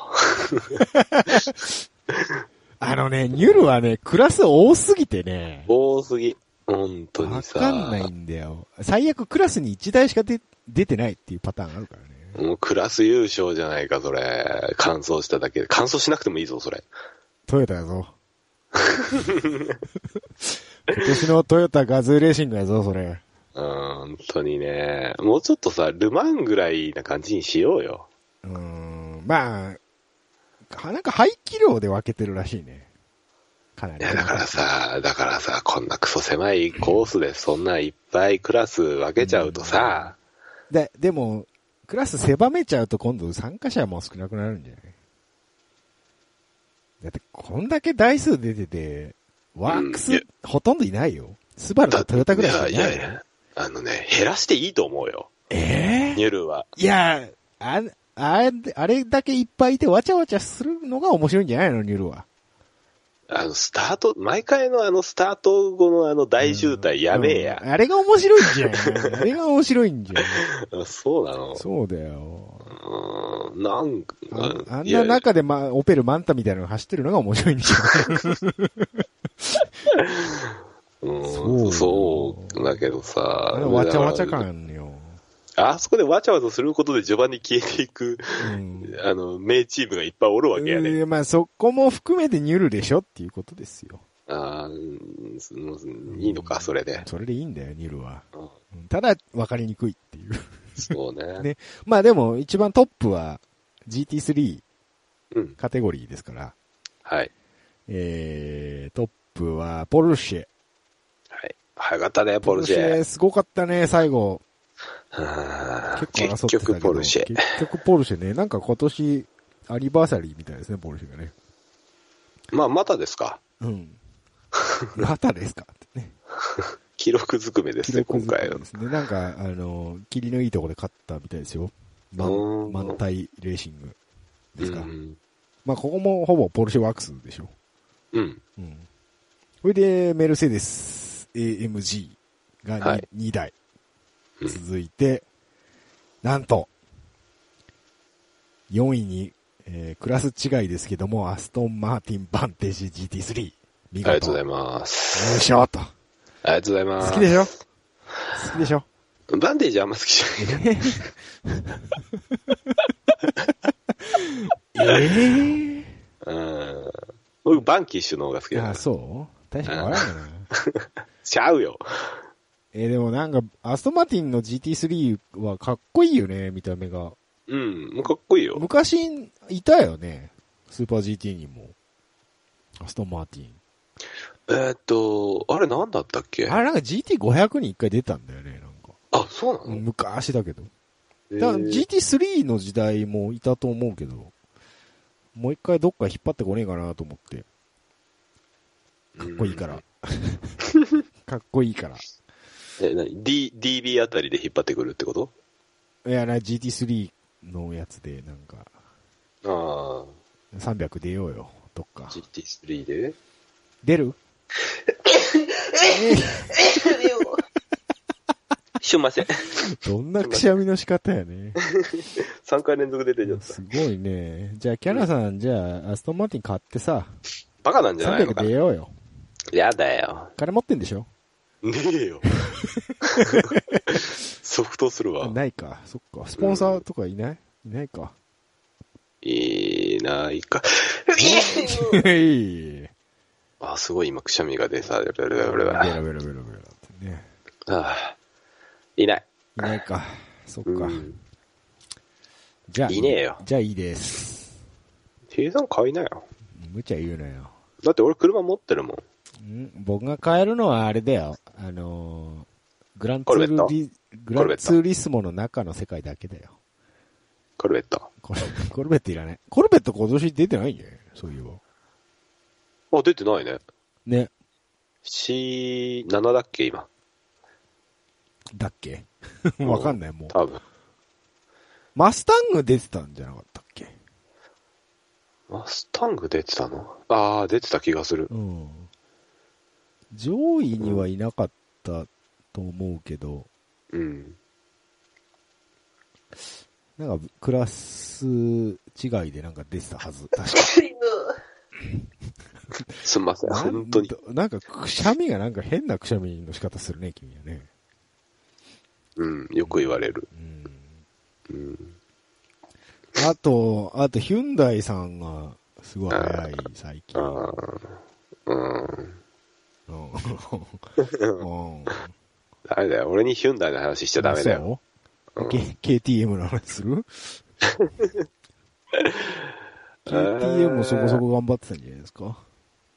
[SPEAKER 2] あのね、ニュルはね、クラス多すぎてね、
[SPEAKER 1] 多すぎ。本当
[SPEAKER 2] わ
[SPEAKER 1] にさ。
[SPEAKER 2] かんないんだよ。最悪クラスに1台しか出出てないっていうパターンあるからね。
[SPEAKER 1] もうクラス優勝じゃないか、それ。完走しただけで。完走しなくてもいいぞ、それ。
[SPEAKER 2] トヨタ やぞ。今年のトヨタガズーレーシングやぞ、それ。
[SPEAKER 1] うん、本当にね。もうちょっとさ、ルマンぐらいな感じにしようよ。
[SPEAKER 2] うーん、まあ、なんか排気量で分けてるらしいね。かないり。
[SPEAKER 1] や、だからさ、だからさ、こんなクソ狭いコースでそんないっぱいクラス分けちゃうとさ、
[SPEAKER 2] で、でも、クラス狭めちゃうと今度参加者も少なくなるんじゃないだって、こんだけ台数出てて、ワークス、
[SPEAKER 1] うんいや
[SPEAKER 2] ほとんどいないよ。スバルとトヨタぐらいしかいないよ。
[SPEAKER 1] や、あのね、減らしていいと思うよ。
[SPEAKER 2] ええ
[SPEAKER 1] ニュルは。
[SPEAKER 2] いや、あ、ああれだけいっぱいいてわちゃわちゃするのが面白いんじゃないの、ニュルは。
[SPEAKER 1] あの、スタート、毎回のあの、スタート後のあの大渋滞やめえや
[SPEAKER 2] うん。あれが面白いんじゃん。あれが面白いんじゃん。
[SPEAKER 1] あそうなの
[SPEAKER 2] そうだよ。
[SPEAKER 1] うん、なんか、
[SPEAKER 2] あんあん
[SPEAKER 1] いや
[SPEAKER 2] な中で、ま、オペルマンタみたいなの走ってるのが面白いんじゃん。
[SPEAKER 1] う、
[SPEAKER 2] そうん
[SPEAKER 1] そうだけどさ、
[SPEAKER 2] あのわちゃわちゃ
[SPEAKER 1] だか
[SPEAKER 2] 感よ。
[SPEAKER 1] ら。あそこでわちゃわちゃすることで序盤に消えていく、
[SPEAKER 2] うん
[SPEAKER 1] あの、名チームがいっぱいおるわけやね。
[SPEAKER 2] うんまあそこも含めてニュルでしょっていうことですよ。
[SPEAKER 1] あーうんそのいいのか、それで。
[SPEAKER 2] それでいいんだよ、ニュルは。
[SPEAKER 1] うん
[SPEAKER 2] うんただ、分かりにくいっていう。
[SPEAKER 1] そうね。
[SPEAKER 2] ねまあでも、一番トップは GT3
[SPEAKER 1] うん。
[SPEAKER 2] カテゴリーですから、
[SPEAKER 1] はい。
[SPEAKER 2] えー、トップはポルシェ。
[SPEAKER 1] はい。早かったね、ポルシェ。
[SPEAKER 2] すごかったね、最後。
[SPEAKER 1] はあ
[SPEAKER 2] 結構争ってた
[SPEAKER 1] 結
[SPEAKER 2] けど
[SPEAKER 1] 局、ポルシェ。
[SPEAKER 2] 結局ポルシェね。なんか今年、アニバーサリーみたいですね、ポルシェがね。
[SPEAKER 1] まあ、またですか。
[SPEAKER 2] うん。またですかってね。
[SPEAKER 1] 記録ずくめですね、今回
[SPEAKER 2] 記録作り
[SPEAKER 1] は
[SPEAKER 2] で。すね。なんか、あの、霧のいいところで勝ったみたいですよ。
[SPEAKER 1] う
[SPEAKER 2] 満
[SPEAKER 1] ーん
[SPEAKER 2] 満体レーシングですか。
[SPEAKER 1] うん。
[SPEAKER 2] まあ、ここもほぼポルシェワークスでしょ。
[SPEAKER 1] うん。
[SPEAKER 2] うん。それで、メルセデス AMG が 2,、
[SPEAKER 1] はい
[SPEAKER 2] 二台
[SPEAKER 1] うん
[SPEAKER 2] 続いて、なんと、4位に、えークラス違いですけども、アストン・マーティン・バンテージ GT3。見
[SPEAKER 1] ありがとうござい
[SPEAKER 2] 事、
[SPEAKER 1] ま
[SPEAKER 2] 優
[SPEAKER 1] す。
[SPEAKER 2] 勝と。
[SPEAKER 1] ありがとうございます。
[SPEAKER 2] 好きでしょ好きでしょ
[SPEAKER 1] バンデージあんま好きじゃない。
[SPEAKER 2] ええ
[SPEAKER 1] うん。僕、バンキッシュの方が好き
[SPEAKER 2] い
[SPEAKER 1] だ
[SPEAKER 2] や、
[SPEAKER 1] な。
[SPEAKER 2] そう確かに笑うよな。
[SPEAKER 1] ちゃうよ。
[SPEAKER 2] えー、でもなんか、アストンマーティンの GT3 はかっこいいよね、見た目が。
[SPEAKER 1] うん、もうかっこいいよ。
[SPEAKER 2] 昔、いたよね。スーパー GT にも。アストンマーティン。
[SPEAKER 1] えーっと、あれなんだったっけ
[SPEAKER 2] あ
[SPEAKER 1] あ
[SPEAKER 2] れなんか GT500 に一回出たんだよね、なんか。
[SPEAKER 1] そうなの、
[SPEAKER 2] 昔だけど。
[SPEAKER 1] え
[SPEAKER 2] だから
[SPEAKER 1] ー
[SPEAKER 2] GT3 の時代もいたと思うけど、もう一回どっか引っ張ってこねえかなと思って。かっこいいか
[SPEAKER 1] う
[SPEAKER 2] ら
[SPEAKER 1] ん。
[SPEAKER 2] かっこいいから。
[SPEAKER 1] え、な D、DB あたりで引っ張ってくるってこと
[SPEAKER 2] いや、な、GT3 のやつで、なんか、
[SPEAKER 1] あ
[SPEAKER 2] 300出ようよ、どっ
[SPEAKER 1] あ、
[SPEAKER 2] か。
[SPEAKER 1] GT3 で
[SPEAKER 2] 出る
[SPEAKER 1] すいません。
[SPEAKER 2] どんなくしゃみの仕方やね。
[SPEAKER 1] 3回連続出てちゃった
[SPEAKER 2] す。ごいね。じゃあ、キャナさん、じゃあ、アストンマーティン買ってさ、
[SPEAKER 1] バカなんじゃないの
[SPEAKER 2] 300
[SPEAKER 1] か
[SPEAKER 2] 出。ようよ。
[SPEAKER 1] やだよ。
[SPEAKER 2] 金持ってんでしょ
[SPEAKER 1] ねえよ。 即答するわ。
[SPEAKER 2] ないか。そっか。スポンサーとかいない、いないか。
[SPEAKER 1] いないか。
[SPEAKER 2] いい。
[SPEAKER 1] あ、すごい今、くしゃみが出さ、俺
[SPEAKER 2] ベ
[SPEAKER 1] は、俺
[SPEAKER 2] ラベ
[SPEAKER 1] は。
[SPEAKER 2] ラベラベラってね。
[SPEAKER 1] ああいない。
[SPEAKER 2] いないか。そっ
[SPEAKER 1] う
[SPEAKER 2] か。
[SPEAKER 1] ん。
[SPEAKER 2] じゃあ。
[SPEAKER 1] いねえよ
[SPEAKER 2] じゃあいいです。
[SPEAKER 1] 計算買いなよ。
[SPEAKER 2] 無茶言うなよ。
[SPEAKER 1] だって俺車持ってるもん。
[SPEAKER 2] ん僕が買えるのはあれだよ。あのーグランツ
[SPEAKER 1] コルベッ
[SPEAKER 2] ー
[SPEAKER 1] ト
[SPEAKER 2] リ、
[SPEAKER 1] コ
[SPEAKER 2] グ
[SPEAKER 1] ル
[SPEAKER 2] ラ
[SPEAKER 1] ベッ
[SPEAKER 2] ン
[SPEAKER 1] ト
[SPEAKER 2] ツーリスモの中の世界だけだよ。
[SPEAKER 1] コルベット。
[SPEAKER 2] コル コルベットいらない。コルベット今年出てないね。そういえば。
[SPEAKER 1] あ、出てないね。
[SPEAKER 2] ね。
[SPEAKER 1] C7 だっけ、今。
[SPEAKER 2] だっけわかんない、もう。
[SPEAKER 1] 多分。
[SPEAKER 2] マスタング出てたんじゃなかったっけ
[SPEAKER 1] マスタング出てたのああ、出てた気がする。
[SPEAKER 2] うん。上位にはいなかったと思うけど、
[SPEAKER 1] うん。
[SPEAKER 2] なんかクラス違いでなんか出てたはず。確か
[SPEAKER 1] すんません、
[SPEAKER 2] な
[SPEAKER 1] 本当に。
[SPEAKER 2] なんかくしゃみがなんか変なくしゃみの仕方するね、君はね。
[SPEAKER 1] うん、よく言われる。
[SPEAKER 2] うん。
[SPEAKER 1] うん。
[SPEAKER 2] あと、あとヒュンダイさんがすごい早い、最近。
[SPEAKER 1] ああ。うん。
[SPEAKER 2] うん。うん
[SPEAKER 1] ダメだよ。俺にヒュンダイの話しちゃダメだよ。。
[SPEAKER 2] そう K- KTM の話す る ?KTM もそこそこ頑張ってたんじゃないですか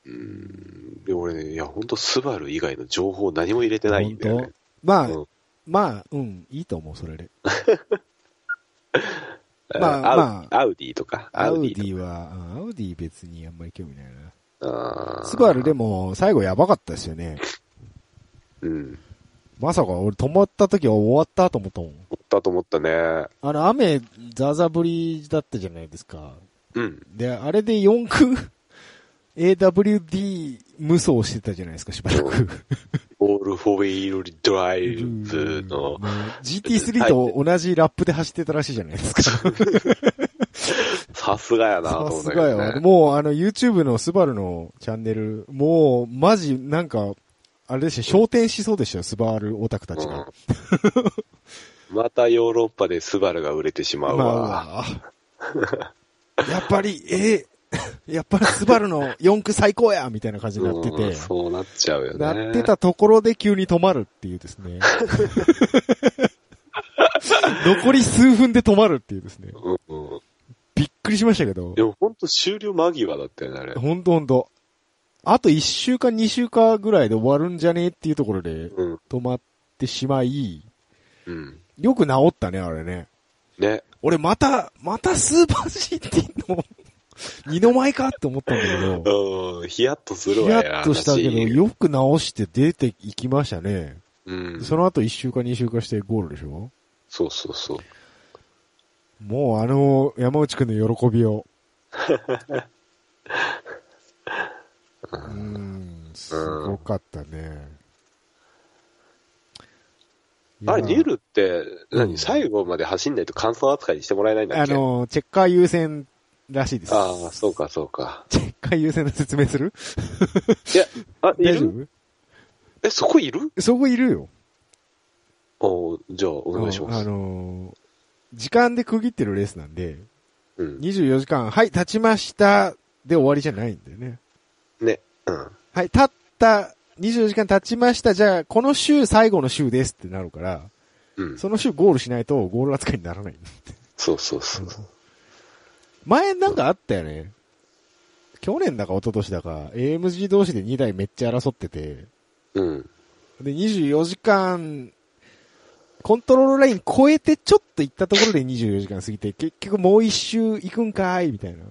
[SPEAKER 1] うん。で、俺ね、いや、本当スバル以外の情報何も入れてないんだよね
[SPEAKER 2] 本。当まあ、
[SPEAKER 1] うん
[SPEAKER 2] まあ、うん、いいと思う、それで。
[SPEAKER 1] えー
[SPEAKER 2] まあま
[SPEAKER 1] アウアウディとか。
[SPEAKER 2] アウデ
[SPEAKER 1] とか
[SPEAKER 2] ィは、うんアウディ別にあんまり興味ないな。
[SPEAKER 1] あー
[SPEAKER 2] スバルでも、最後やばかったですよね。
[SPEAKER 1] うん。
[SPEAKER 2] まさか俺止まった時は終わったと思ったもん。
[SPEAKER 1] 持ったと思ったね。
[SPEAKER 2] あの、雨、ザーザー降りだったじゃないですか。
[SPEAKER 1] うん。
[SPEAKER 2] で、あれで4区、AWD 無双してたじゃないですか、しばらく。
[SPEAKER 1] オールフォーウェイルドライブ の、
[SPEAKER 2] GT3 と同じラップで走ってたらしいじゃないですか。
[SPEAKER 1] さすがやなと
[SPEAKER 2] さ
[SPEAKER 1] 思っ
[SPEAKER 2] す
[SPEAKER 1] たけ
[SPEAKER 2] が
[SPEAKER 1] ど、
[SPEAKER 2] よ。
[SPEAKER 1] ね。
[SPEAKER 2] もう、あの、YouTube のスバルのチャンネル、もう、マジ、なんか、あれでしたよ、焦点しそうでしたよ、スバルオタクたちが。
[SPEAKER 1] うん、またヨーロッパでスバルが売れてしまう
[SPEAKER 2] まあ
[SPEAKER 1] わ。
[SPEAKER 2] うわやっぱり、えー やっぱりスバルの4区最高やみたいな感じになって
[SPEAKER 1] うん
[SPEAKER 2] て、
[SPEAKER 1] そうなっちゃうよね。
[SPEAKER 2] なってたところで急に止まるっていうですね。 残り数分で止まるっていうですね。
[SPEAKER 1] うんうん。
[SPEAKER 2] びっくりしましたけど
[SPEAKER 1] で。も本当終了間際だったよね、あれ。
[SPEAKER 2] ほんとほんと。あと1週間2週間ぐらいで終わるんじゃねっていうところで
[SPEAKER 1] うん。
[SPEAKER 2] 止まってしまい、
[SPEAKER 1] うん。
[SPEAKER 2] よく治ったね、あれね。
[SPEAKER 1] ね。
[SPEAKER 2] 俺また、またスーパー GT の 二の舞かって思ったんだけど、
[SPEAKER 1] うん。ヒヤッとする
[SPEAKER 2] ヒ
[SPEAKER 1] わ
[SPEAKER 2] ヤッとしたけど、
[SPEAKER 1] あのシーン
[SPEAKER 2] よく直して出ていきましたね。
[SPEAKER 1] うん。
[SPEAKER 2] その後1週間2週間してゴールでしょ
[SPEAKER 1] そうそうそう。
[SPEAKER 2] もうあの、山内くんの喜びを。うーん、すごかったね。
[SPEAKER 1] あれ、
[SPEAKER 2] いや
[SPEAKER 1] デュールって何、
[SPEAKER 2] うん
[SPEAKER 1] 最後まで走んないと完走扱いにしてもらえないんだ
[SPEAKER 2] あ
[SPEAKER 1] っけ
[SPEAKER 2] の、チェッカー優先らしいです。
[SPEAKER 1] ああ、そうか、そうか。
[SPEAKER 2] チェッカー優先の説明する
[SPEAKER 1] いや、あ、い
[SPEAKER 2] 大丈
[SPEAKER 1] る
[SPEAKER 2] 夫
[SPEAKER 1] え、そこいる
[SPEAKER 2] そこいるよ。
[SPEAKER 1] おじゃあ、お願いしま
[SPEAKER 2] あ
[SPEAKER 1] す。
[SPEAKER 2] の、時間で区切ってるレースなんで、
[SPEAKER 1] うん。
[SPEAKER 2] 24時間、はい、経ちました、で終わりじゃないんだよね。
[SPEAKER 1] ね。うん。
[SPEAKER 2] はい、経った、24時間経ちました、じゃあ、この週最後の週ですってなるから、
[SPEAKER 1] うん。
[SPEAKER 2] その週ゴールしないとゴール扱いにならない。
[SPEAKER 1] そうそうそう。
[SPEAKER 2] 前なんかあったよね。去年だか一昨年だか、AMG 同士で2台めっちゃ争ってて、
[SPEAKER 1] うん。
[SPEAKER 2] で、24時間、コントロールライン超えてちょっと行ったところで24時間過ぎて、結局もう一周行くんかーい、みたいな。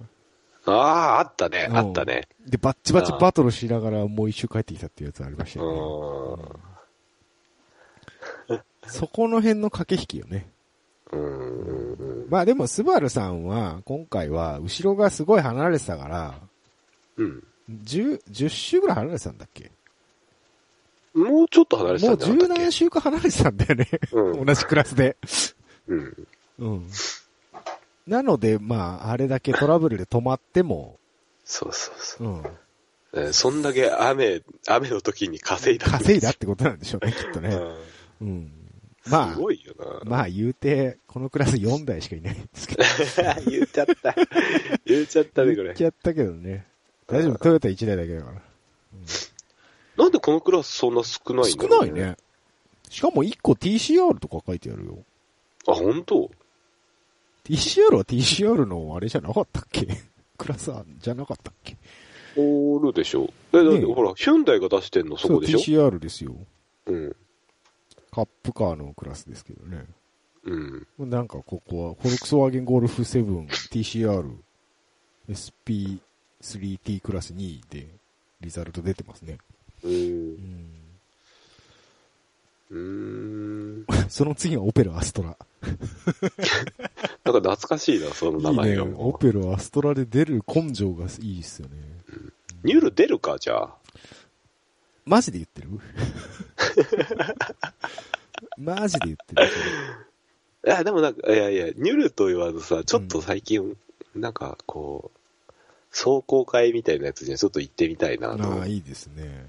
[SPEAKER 1] ああ、あったね
[SPEAKER 2] う、ん
[SPEAKER 1] あったね。
[SPEAKER 2] で、バッチバチバトルしながらもう一周帰ってきたっていうやつありまし
[SPEAKER 1] う
[SPEAKER 2] た
[SPEAKER 1] ん。
[SPEAKER 2] よね。そこの辺の駆け引きよね。
[SPEAKER 1] うんうん。
[SPEAKER 2] まあでも、スバルさんは、今回は、後ろがすごい離れてたから、
[SPEAKER 1] うん。
[SPEAKER 2] 10、10周ぐらい離れてたんだっけ
[SPEAKER 1] もうちょっと離れて
[SPEAKER 2] も
[SPEAKER 1] た
[SPEAKER 2] うん
[SPEAKER 1] じゃなかっ
[SPEAKER 2] 十
[SPEAKER 1] たっ
[SPEAKER 2] 何週間離れてたんだよね。
[SPEAKER 1] けうん。
[SPEAKER 2] 同じクラスで。
[SPEAKER 1] うん。
[SPEAKER 2] うん。なので、まあ、あれだけトラブルで止まっても、
[SPEAKER 1] そうそうそう。
[SPEAKER 2] うん。
[SPEAKER 1] えーそんだけ雨、雨の時に稼いだ。
[SPEAKER 2] 稼いだってことなんでしょうね、きっと
[SPEAKER 1] う
[SPEAKER 2] ね。
[SPEAKER 1] ん
[SPEAKER 2] うん。ます
[SPEAKER 1] ごいよな。
[SPEAKER 2] あ、まあ言うて、このクラス4台しかいないんで すけど。
[SPEAKER 1] 言っちゃった。言っちゃったね、こ
[SPEAKER 2] 言っ
[SPEAKER 1] れ。
[SPEAKER 2] ちゃったけどね。大丈夫、トヨタ1台だけだから。
[SPEAKER 1] なんでこのクラスそんな少ないんだ
[SPEAKER 2] 少
[SPEAKER 1] ろう
[SPEAKER 2] ないね。しかも1個 TCR とか書いてあるよ。
[SPEAKER 1] あ、本当
[SPEAKER 2] TCR は TCR のあれじゃなかったっけ クラスあんじゃなかったっけ
[SPEAKER 1] おるでしょ。え、だって、
[SPEAKER 2] ねえ
[SPEAKER 1] ほら、ヒュンダイが出してんのそこでしょ
[SPEAKER 2] そう ?TCR ですよ。
[SPEAKER 1] うん。
[SPEAKER 2] カップカーのクラスですけどね。
[SPEAKER 1] うん。
[SPEAKER 2] なんかここは、フォルクスワーゲンゴルフ7 TCR SP3T クラス2でリザルト出てますね。
[SPEAKER 1] うーん。
[SPEAKER 2] ん、
[SPEAKER 1] うーん。
[SPEAKER 2] その次はオペラアストラ。
[SPEAKER 1] なんか懐かしいな、その名
[SPEAKER 2] いい
[SPEAKER 1] 前
[SPEAKER 2] ね。
[SPEAKER 1] が。
[SPEAKER 2] オペラアストラで出る根性がいいっすよね。
[SPEAKER 1] ニュル出るか、じゃあ。
[SPEAKER 2] マジで言ってる マジで言ってる。
[SPEAKER 1] いや、でもなんか、いやいや、ニュルと言わずさ、ちょっと最近、なんかこう、壮行会みたいなやつにちょっと行ってみたいなと
[SPEAKER 2] ああ、いいですね。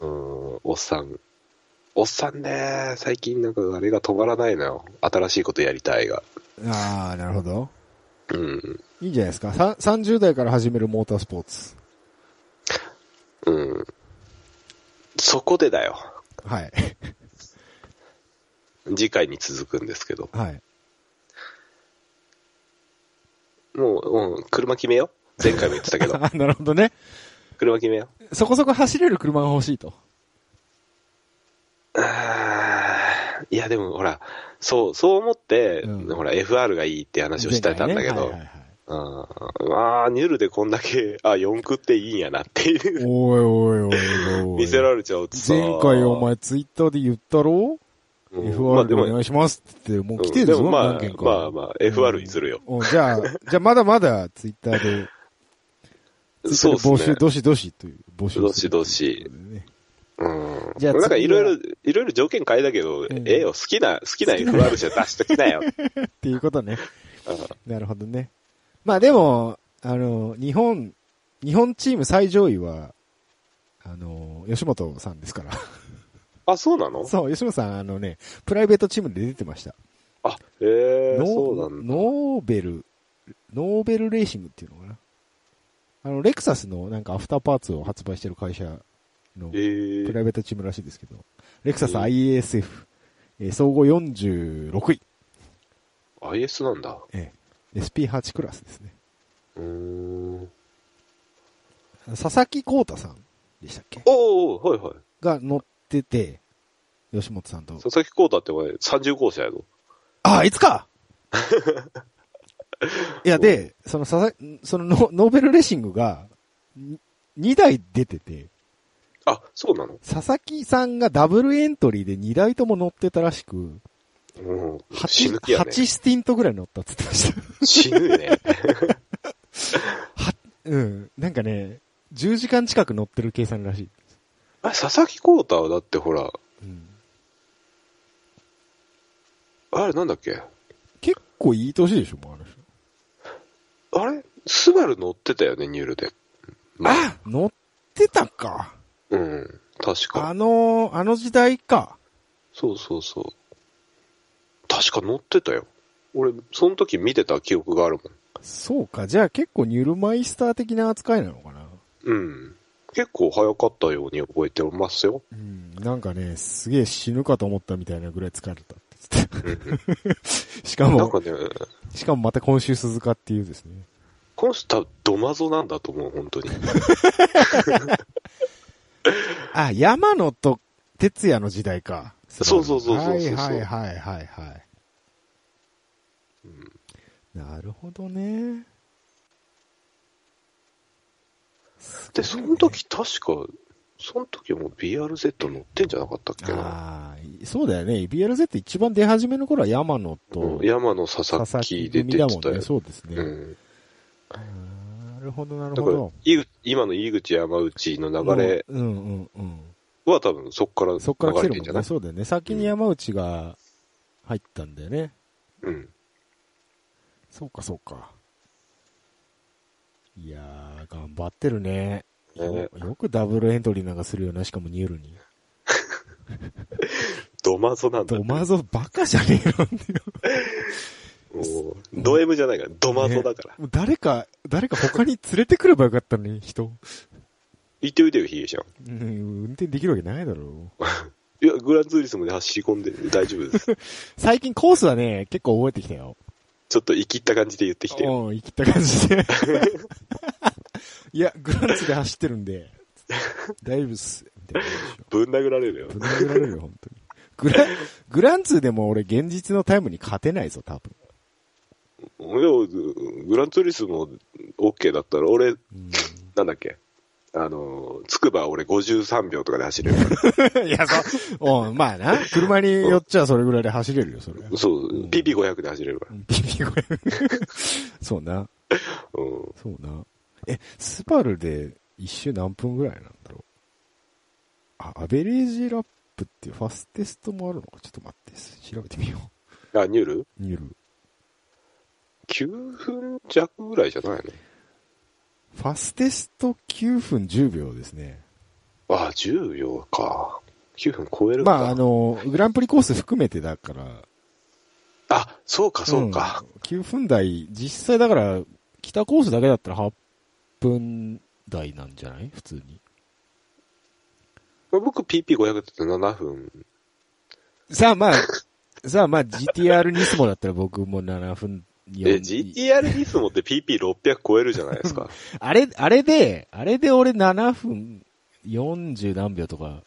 [SPEAKER 1] うん、おっさん。おっさんね、最近なんかあれが止まらないのよ。新しいことやりたいが。
[SPEAKER 2] ああ、なるほど。
[SPEAKER 1] うん、
[SPEAKER 2] いいんじゃないですか。さ30代から始めるモータースポーツ。
[SPEAKER 1] うん。そこでだよ。
[SPEAKER 2] はい。
[SPEAKER 1] 次回に続くんですけど。
[SPEAKER 2] はい。
[SPEAKER 1] もう、うん、車決めよう。前回も言ってたけ ど。
[SPEAKER 2] あなるほどね。
[SPEAKER 1] 車決めよう。
[SPEAKER 2] そこそこ走れる車が欲しいと。
[SPEAKER 1] あーいや、でもほら、そう、そう思って、
[SPEAKER 2] うん
[SPEAKER 1] ほら、FR がいいって話をしてたんだけど。
[SPEAKER 2] 前回ねはいはいはい
[SPEAKER 1] ああ、ニュルでこんだけ、あ、四駆っていいんやなっていう、
[SPEAKER 2] おいおいおいおいおい。
[SPEAKER 1] 見せられちゃうとさ。
[SPEAKER 2] 前回お前ツイッターで言ったろ、
[SPEAKER 1] うん、まあ
[SPEAKER 2] ?FR で
[SPEAKER 1] で
[SPEAKER 2] お願
[SPEAKER 1] も、
[SPEAKER 2] いしますって言って、もう来てるぞ、
[SPEAKER 1] うんでもまあ
[SPEAKER 2] 何件か。
[SPEAKER 1] まあまあ FR にするよ
[SPEAKER 2] うん。うんじゃあ、じゃあまだまだツイッターで、ツイ
[SPEAKER 1] そう
[SPEAKER 2] ッ
[SPEAKER 1] です
[SPEAKER 2] ターで募集、
[SPEAKER 1] ね。
[SPEAKER 2] どしどしという、募集する
[SPEAKER 1] どしどし
[SPEAKER 2] ということでね
[SPEAKER 1] うん。
[SPEAKER 2] じゃあ
[SPEAKER 1] なんかい
[SPEAKER 2] 次は
[SPEAKER 1] ろいろ、いろいろ条件変えたけど、
[SPEAKER 2] ん
[SPEAKER 1] ええよ、好きな、好きな FR じゃ出しときな よ。
[SPEAKER 2] っていうことね。
[SPEAKER 1] うん
[SPEAKER 2] なるほどね。まあでも、あの、日本、日本チーム最上位は、あの、吉本さんですから。
[SPEAKER 1] あ、そうなの
[SPEAKER 2] そう、吉本さん、あのね、プライベートチームで出てました。
[SPEAKER 1] あ、ええ
[SPEAKER 2] ノー
[SPEAKER 1] そうなんだ。
[SPEAKER 2] ノーベル、ノーベルレーシングっていうのかな。あの、レクサスのなんかアフターパーツを発売してる会社の
[SPEAKER 1] え
[SPEAKER 2] プ
[SPEAKER 1] え
[SPEAKER 2] ライベートチームらしいですけど、レクサス
[SPEAKER 1] えー
[SPEAKER 2] IASF、えー総合46位、
[SPEAKER 1] IS なんだ。
[SPEAKER 2] えー SP8 クラスですね。
[SPEAKER 1] うーん。
[SPEAKER 2] 佐々木光太さんでしたっけ
[SPEAKER 1] おーおーはいはい。
[SPEAKER 2] が乗ってて、吉本さんと。
[SPEAKER 1] 佐々木光太ってお前、30号車やぞ。
[SPEAKER 2] ああ、い つかいや、で、その佐々、そのノノーベルレーシングが、2台出てて、
[SPEAKER 1] あ、そうなの
[SPEAKER 2] 佐々木さんがダブルエントリーで2台とも乗ってたらしく、
[SPEAKER 1] うん。死
[SPEAKER 2] 8
[SPEAKER 1] ぬ、気やね。
[SPEAKER 2] 8スティントぐらい乗ったって言ってました。
[SPEAKER 1] 死ぬね。
[SPEAKER 2] はうん。なんかね、10時間近く乗ってる計算らしい。
[SPEAKER 1] あ、佐々木光太はだってほら、
[SPEAKER 2] うん、
[SPEAKER 1] あれなんだっけ
[SPEAKER 2] 結構いい年でしょ、もうあの人。
[SPEAKER 1] あれスバル乗ってたよね、ニュールで。ま
[SPEAKER 2] あ乗ってたか。
[SPEAKER 1] うん。確
[SPEAKER 2] あ
[SPEAKER 1] か。
[SPEAKER 2] の、あの時代か。
[SPEAKER 1] そうそうそう。確か乗ってたよ。俺、その時見てた記憶があるもん。
[SPEAKER 2] そうか、じゃあ結構ニュルマイスター的な扱いなのかな。
[SPEAKER 1] うん。結構早かったように覚えてますよ。
[SPEAKER 2] うん、なんかね、すげえ死ぬかと思ったみたいなぐらい疲れたって言って た。しか
[SPEAKER 1] なん
[SPEAKER 2] も
[SPEAKER 1] か、ね、
[SPEAKER 2] しかもまた今週鈴鹿っていうですね。
[SPEAKER 1] この人多分ドマゾなんだと思う、本 当に。
[SPEAKER 2] あ、山野と哲也の時代か。
[SPEAKER 1] そうそうそうそうそうそう
[SPEAKER 2] はいはいはいはいはい。なるほどね。
[SPEAKER 1] で、その時確か、その時も BRZ 乗ってんじゃなかったっけな。
[SPEAKER 2] ああ、そうだよね。BRZ 一番出始めの頃は山野と
[SPEAKER 1] うん山野佐々
[SPEAKER 2] 佐々
[SPEAKER 1] 木
[SPEAKER 2] 木
[SPEAKER 1] で
[SPEAKER 2] 組
[SPEAKER 1] 出て
[SPEAKER 2] だ
[SPEAKER 1] た
[SPEAKER 2] もん
[SPEAKER 1] よ。
[SPEAKER 2] ね。そうですね。
[SPEAKER 1] うん。
[SPEAKER 2] なるほど、なる
[SPEAKER 1] だ
[SPEAKER 2] ほ
[SPEAKER 1] から
[SPEAKER 2] ど。、
[SPEAKER 1] 井口今の井口山内の流れ
[SPEAKER 2] もう。うんうんうん。
[SPEAKER 1] は多分そこから
[SPEAKER 2] そっから
[SPEAKER 1] 流
[SPEAKER 2] 来て
[SPEAKER 1] れ
[SPEAKER 2] る
[SPEAKER 1] てんじゃ
[SPEAKER 2] もん
[SPEAKER 1] ない
[SPEAKER 2] ね。そうだよね。先に山内が入ったんだよね。
[SPEAKER 1] うん。
[SPEAKER 2] そうか、そうか。いやー、頑張ってるね。よよくダブルエントリーなんかするよな、しかもニュールに。
[SPEAKER 1] ドマゾなんだ。
[SPEAKER 2] ドマゾバカじゃねえのっていう
[SPEAKER 1] もう、ド M じゃないから、ドマゾだから。
[SPEAKER 2] もう誰か、誰か他に連れてくればよかったのに、人。
[SPEAKER 1] 行っておいてよ、ヒゲちゃん。
[SPEAKER 2] うん運転できるわけないだろう。
[SPEAKER 1] いや、グランツーリスムで走り込んでるんで大丈 夫です。
[SPEAKER 2] 最近コースはね、結構覚えてきたよ。
[SPEAKER 1] ちょっと生きった感じで言ってきてよ。
[SPEAKER 2] うん、生きった感じで。いや、グランツで走ってるんで、大丈夫っす。みたいな感じで
[SPEAKER 1] ぶん殴られるよ
[SPEAKER 2] しょ。ぶん殴られるよ、本当に。グラン、グランツでも俺現実のタイムに勝てないぞ、多分。
[SPEAKER 1] でも、グランツーリスム OK だったら、俺、
[SPEAKER 2] う
[SPEAKER 1] なんだっけ、あの、つくば俺53秒とかで走れるか
[SPEAKER 2] ん、いや、そう、うん、まあな。車によっちゃそれぐらいで走れるよ、 それ。
[SPEAKER 1] ら。そう、PP500 で走れるか
[SPEAKER 2] うんビビ声そうな。
[SPEAKER 1] ら。うん。
[SPEAKER 2] そうな。え、スバルで一周何分ぐらいなんだろう。あ、アベレージラップっていうファステストもあるのか。ちょっと待って、調べてみよ
[SPEAKER 1] あ、ニュール
[SPEAKER 2] う。ニュール。
[SPEAKER 1] ?9 分弱ぐらいじゃないの
[SPEAKER 2] ファステスト9分10秒ですね。
[SPEAKER 1] ああ、10秒か。9分超えるんだ
[SPEAKER 2] まあ、あの、グランプリコース含めてだから。
[SPEAKER 1] あ、そうか、そうか。
[SPEAKER 2] ん9分台、実際だから、北コースだけだったら8分台なんじゃない普通に。
[SPEAKER 1] 僕 PP500 だって7分。
[SPEAKER 2] さあまあ、さあまあ GTR ニスモだったら僕も7分4
[SPEAKER 1] え、GTR ニスモって PP600 超えるじゃないですか。
[SPEAKER 2] あれ、あれで、あれで俺7分40何秒とか、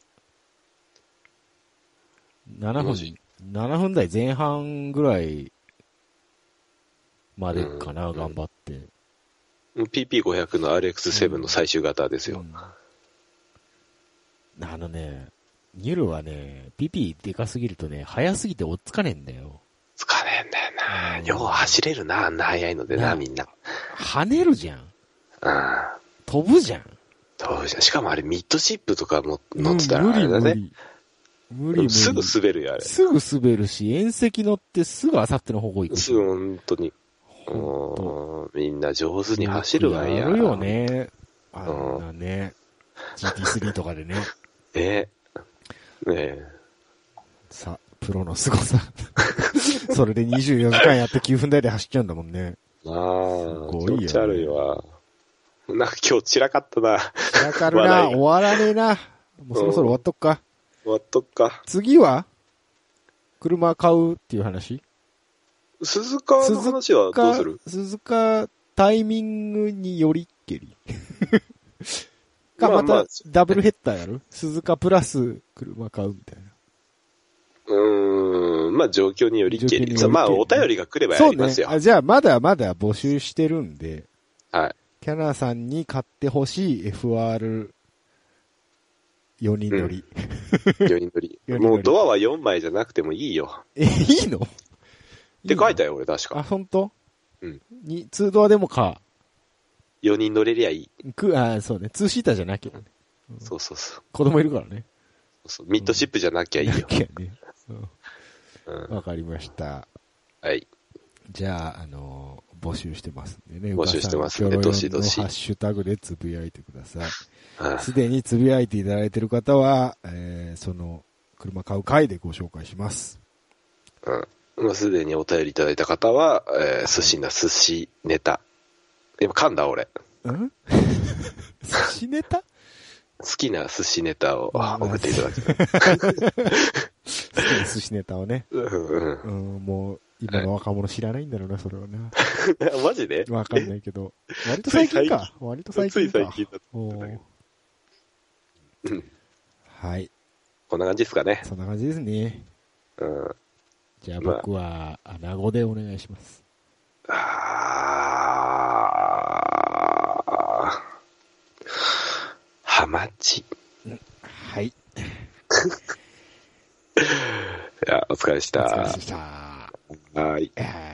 [SPEAKER 2] 7
[SPEAKER 1] マ
[SPEAKER 2] 分
[SPEAKER 1] ジ、
[SPEAKER 2] 7分台前半ぐらいまでかな、
[SPEAKER 1] うん
[SPEAKER 2] 頑張って。
[SPEAKER 1] PP500 の RX7 の最終型ですよ。
[SPEAKER 2] うんあのね、ニュルはね、ピピでかすぎるとね、速すぎて追っつかねえんだよ。
[SPEAKER 1] 疲れんだよな。
[SPEAKER 2] うん
[SPEAKER 1] よう走れるな、あんな速いのでな、
[SPEAKER 2] ね
[SPEAKER 1] みんな。
[SPEAKER 2] 跳ねるじゃん。
[SPEAKER 1] うん。
[SPEAKER 2] 飛ぶじゃん。
[SPEAKER 1] そうじゃん。しかもあれ、ミッドシップとかも乗ってたら
[SPEAKER 2] うん
[SPEAKER 1] あれだ
[SPEAKER 2] 無
[SPEAKER 1] ね。
[SPEAKER 2] 理無理無理。無
[SPEAKER 1] う
[SPEAKER 2] 理
[SPEAKER 1] んすぐ滑るよ、あれ。
[SPEAKER 2] すぐ滑るし、縁石乗ってすぐあさっての方向行く。
[SPEAKER 1] すぐ、本当に。
[SPEAKER 2] ほんと
[SPEAKER 1] もうみんな上手に走るわ、い
[SPEAKER 2] や
[SPEAKER 1] や。
[SPEAKER 2] るよ。ね。あんなね。GT3 とかでね。
[SPEAKER 1] え。ねえ。
[SPEAKER 2] さ、プロの凄さ。 それで24時間やって9分台で走っちゃうんだもんね。
[SPEAKER 1] あ
[SPEAKER 2] す
[SPEAKER 1] あ、
[SPEAKER 2] ごいよね
[SPEAKER 1] 気持ち悪いわ。なんか今日散らかったな。
[SPEAKER 2] 散らかる
[SPEAKER 1] 笑
[SPEAKER 2] な。
[SPEAKER 1] い
[SPEAKER 2] 終わらねえな。もうそろそろ終わっとくか。
[SPEAKER 1] 終わっとっか。
[SPEAKER 2] 次は車買うっていう話
[SPEAKER 1] 鈴鹿の話はどうする
[SPEAKER 2] か鈴鹿タイミングによりっけり。 か、
[SPEAKER 1] まあ
[SPEAKER 2] ま
[SPEAKER 1] まあ
[SPEAKER 2] たダブルヘッダーやる鈴鹿プラス車買うみたいな。
[SPEAKER 1] うーん、まあ状況によりけ
[SPEAKER 2] 状況に
[SPEAKER 1] り。
[SPEAKER 2] よりけり
[SPEAKER 1] そうまあお便りが来ればや
[SPEAKER 2] そう
[SPEAKER 1] りますよ。
[SPEAKER 2] ね。あじゃあ、まだまだ募集してるんで、
[SPEAKER 1] はい。
[SPEAKER 2] キャナーさんに買ってほしい FR4 人乗り。
[SPEAKER 1] 4人乗り。
[SPEAKER 2] 四人乗り
[SPEAKER 1] もうドアは4枚じゃなくてもいいよ。
[SPEAKER 2] え、いいの
[SPEAKER 1] って書いた
[SPEAKER 2] て
[SPEAKER 1] よ、俺確
[SPEAKER 2] あ、
[SPEAKER 1] か。
[SPEAKER 2] 本当？
[SPEAKER 1] うん。
[SPEAKER 2] に、ツードアでもか。
[SPEAKER 1] 4人乗れりゃいい。
[SPEAKER 2] く、あ、そうね。ツーシーターじゃなきゃ、ね。
[SPEAKER 1] そうそうそう。
[SPEAKER 2] 子供いるからね。
[SPEAKER 1] そうミッドシップじゃなきゃいい
[SPEAKER 2] な
[SPEAKER 1] よ。
[SPEAKER 2] きゃね。うん
[SPEAKER 1] うん、
[SPEAKER 2] わかりました。
[SPEAKER 1] はい。
[SPEAKER 2] じゃあ、あのー募集してますんでね。
[SPEAKER 1] 募集してますんで
[SPEAKER 2] うか
[SPEAKER 1] ど
[SPEAKER 2] さん
[SPEAKER 1] しどし
[SPEAKER 2] キョロヨンのハッシュタグでつぶやいてください。
[SPEAKER 1] うん
[SPEAKER 2] すでにつぶやいていただいている方は、えーその、車買う回でご紹介します。
[SPEAKER 1] うん。もうすでにお便りいただいた方は、えー、寿司な寿司ネタ。今噛んだ俺。
[SPEAKER 2] ん 寿司ネタ
[SPEAKER 1] 好きな寿司ネタを送っていただ きたい。
[SPEAKER 2] 好きな寿司ネタをね。
[SPEAKER 1] うん
[SPEAKER 2] うん、もう、今の若者知らないんだろうな、それは な。
[SPEAKER 1] うん。マジで
[SPEAKER 2] わかんないけど。割と最近か。割と最近か。
[SPEAKER 1] つい最近だと
[SPEAKER 2] お
[SPEAKER 1] 思ってたけどう
[SPEAKER 2] ー
[SPEAKER 1] ん
[SPEAKER 2] はい。
[SPEAKER 1] こんな感じですかね。
[SPEAKER 2] そんな感じですね。
[SPEAKER 1] うん。
[SPEAKER 2] じゃあ僕は、穴子でお願いします。
[SPEAKER 1] あーハマチ。い
[SPEAKER 2] はい。
[SPEAKER 1] や、お疲れでし
[SPEAKER 2] お疲れ様
[SPEAKER 1] た
[SPEAKER 2] で。した。
[SPEAKER 1] はい。
[SPEAKER 2] えー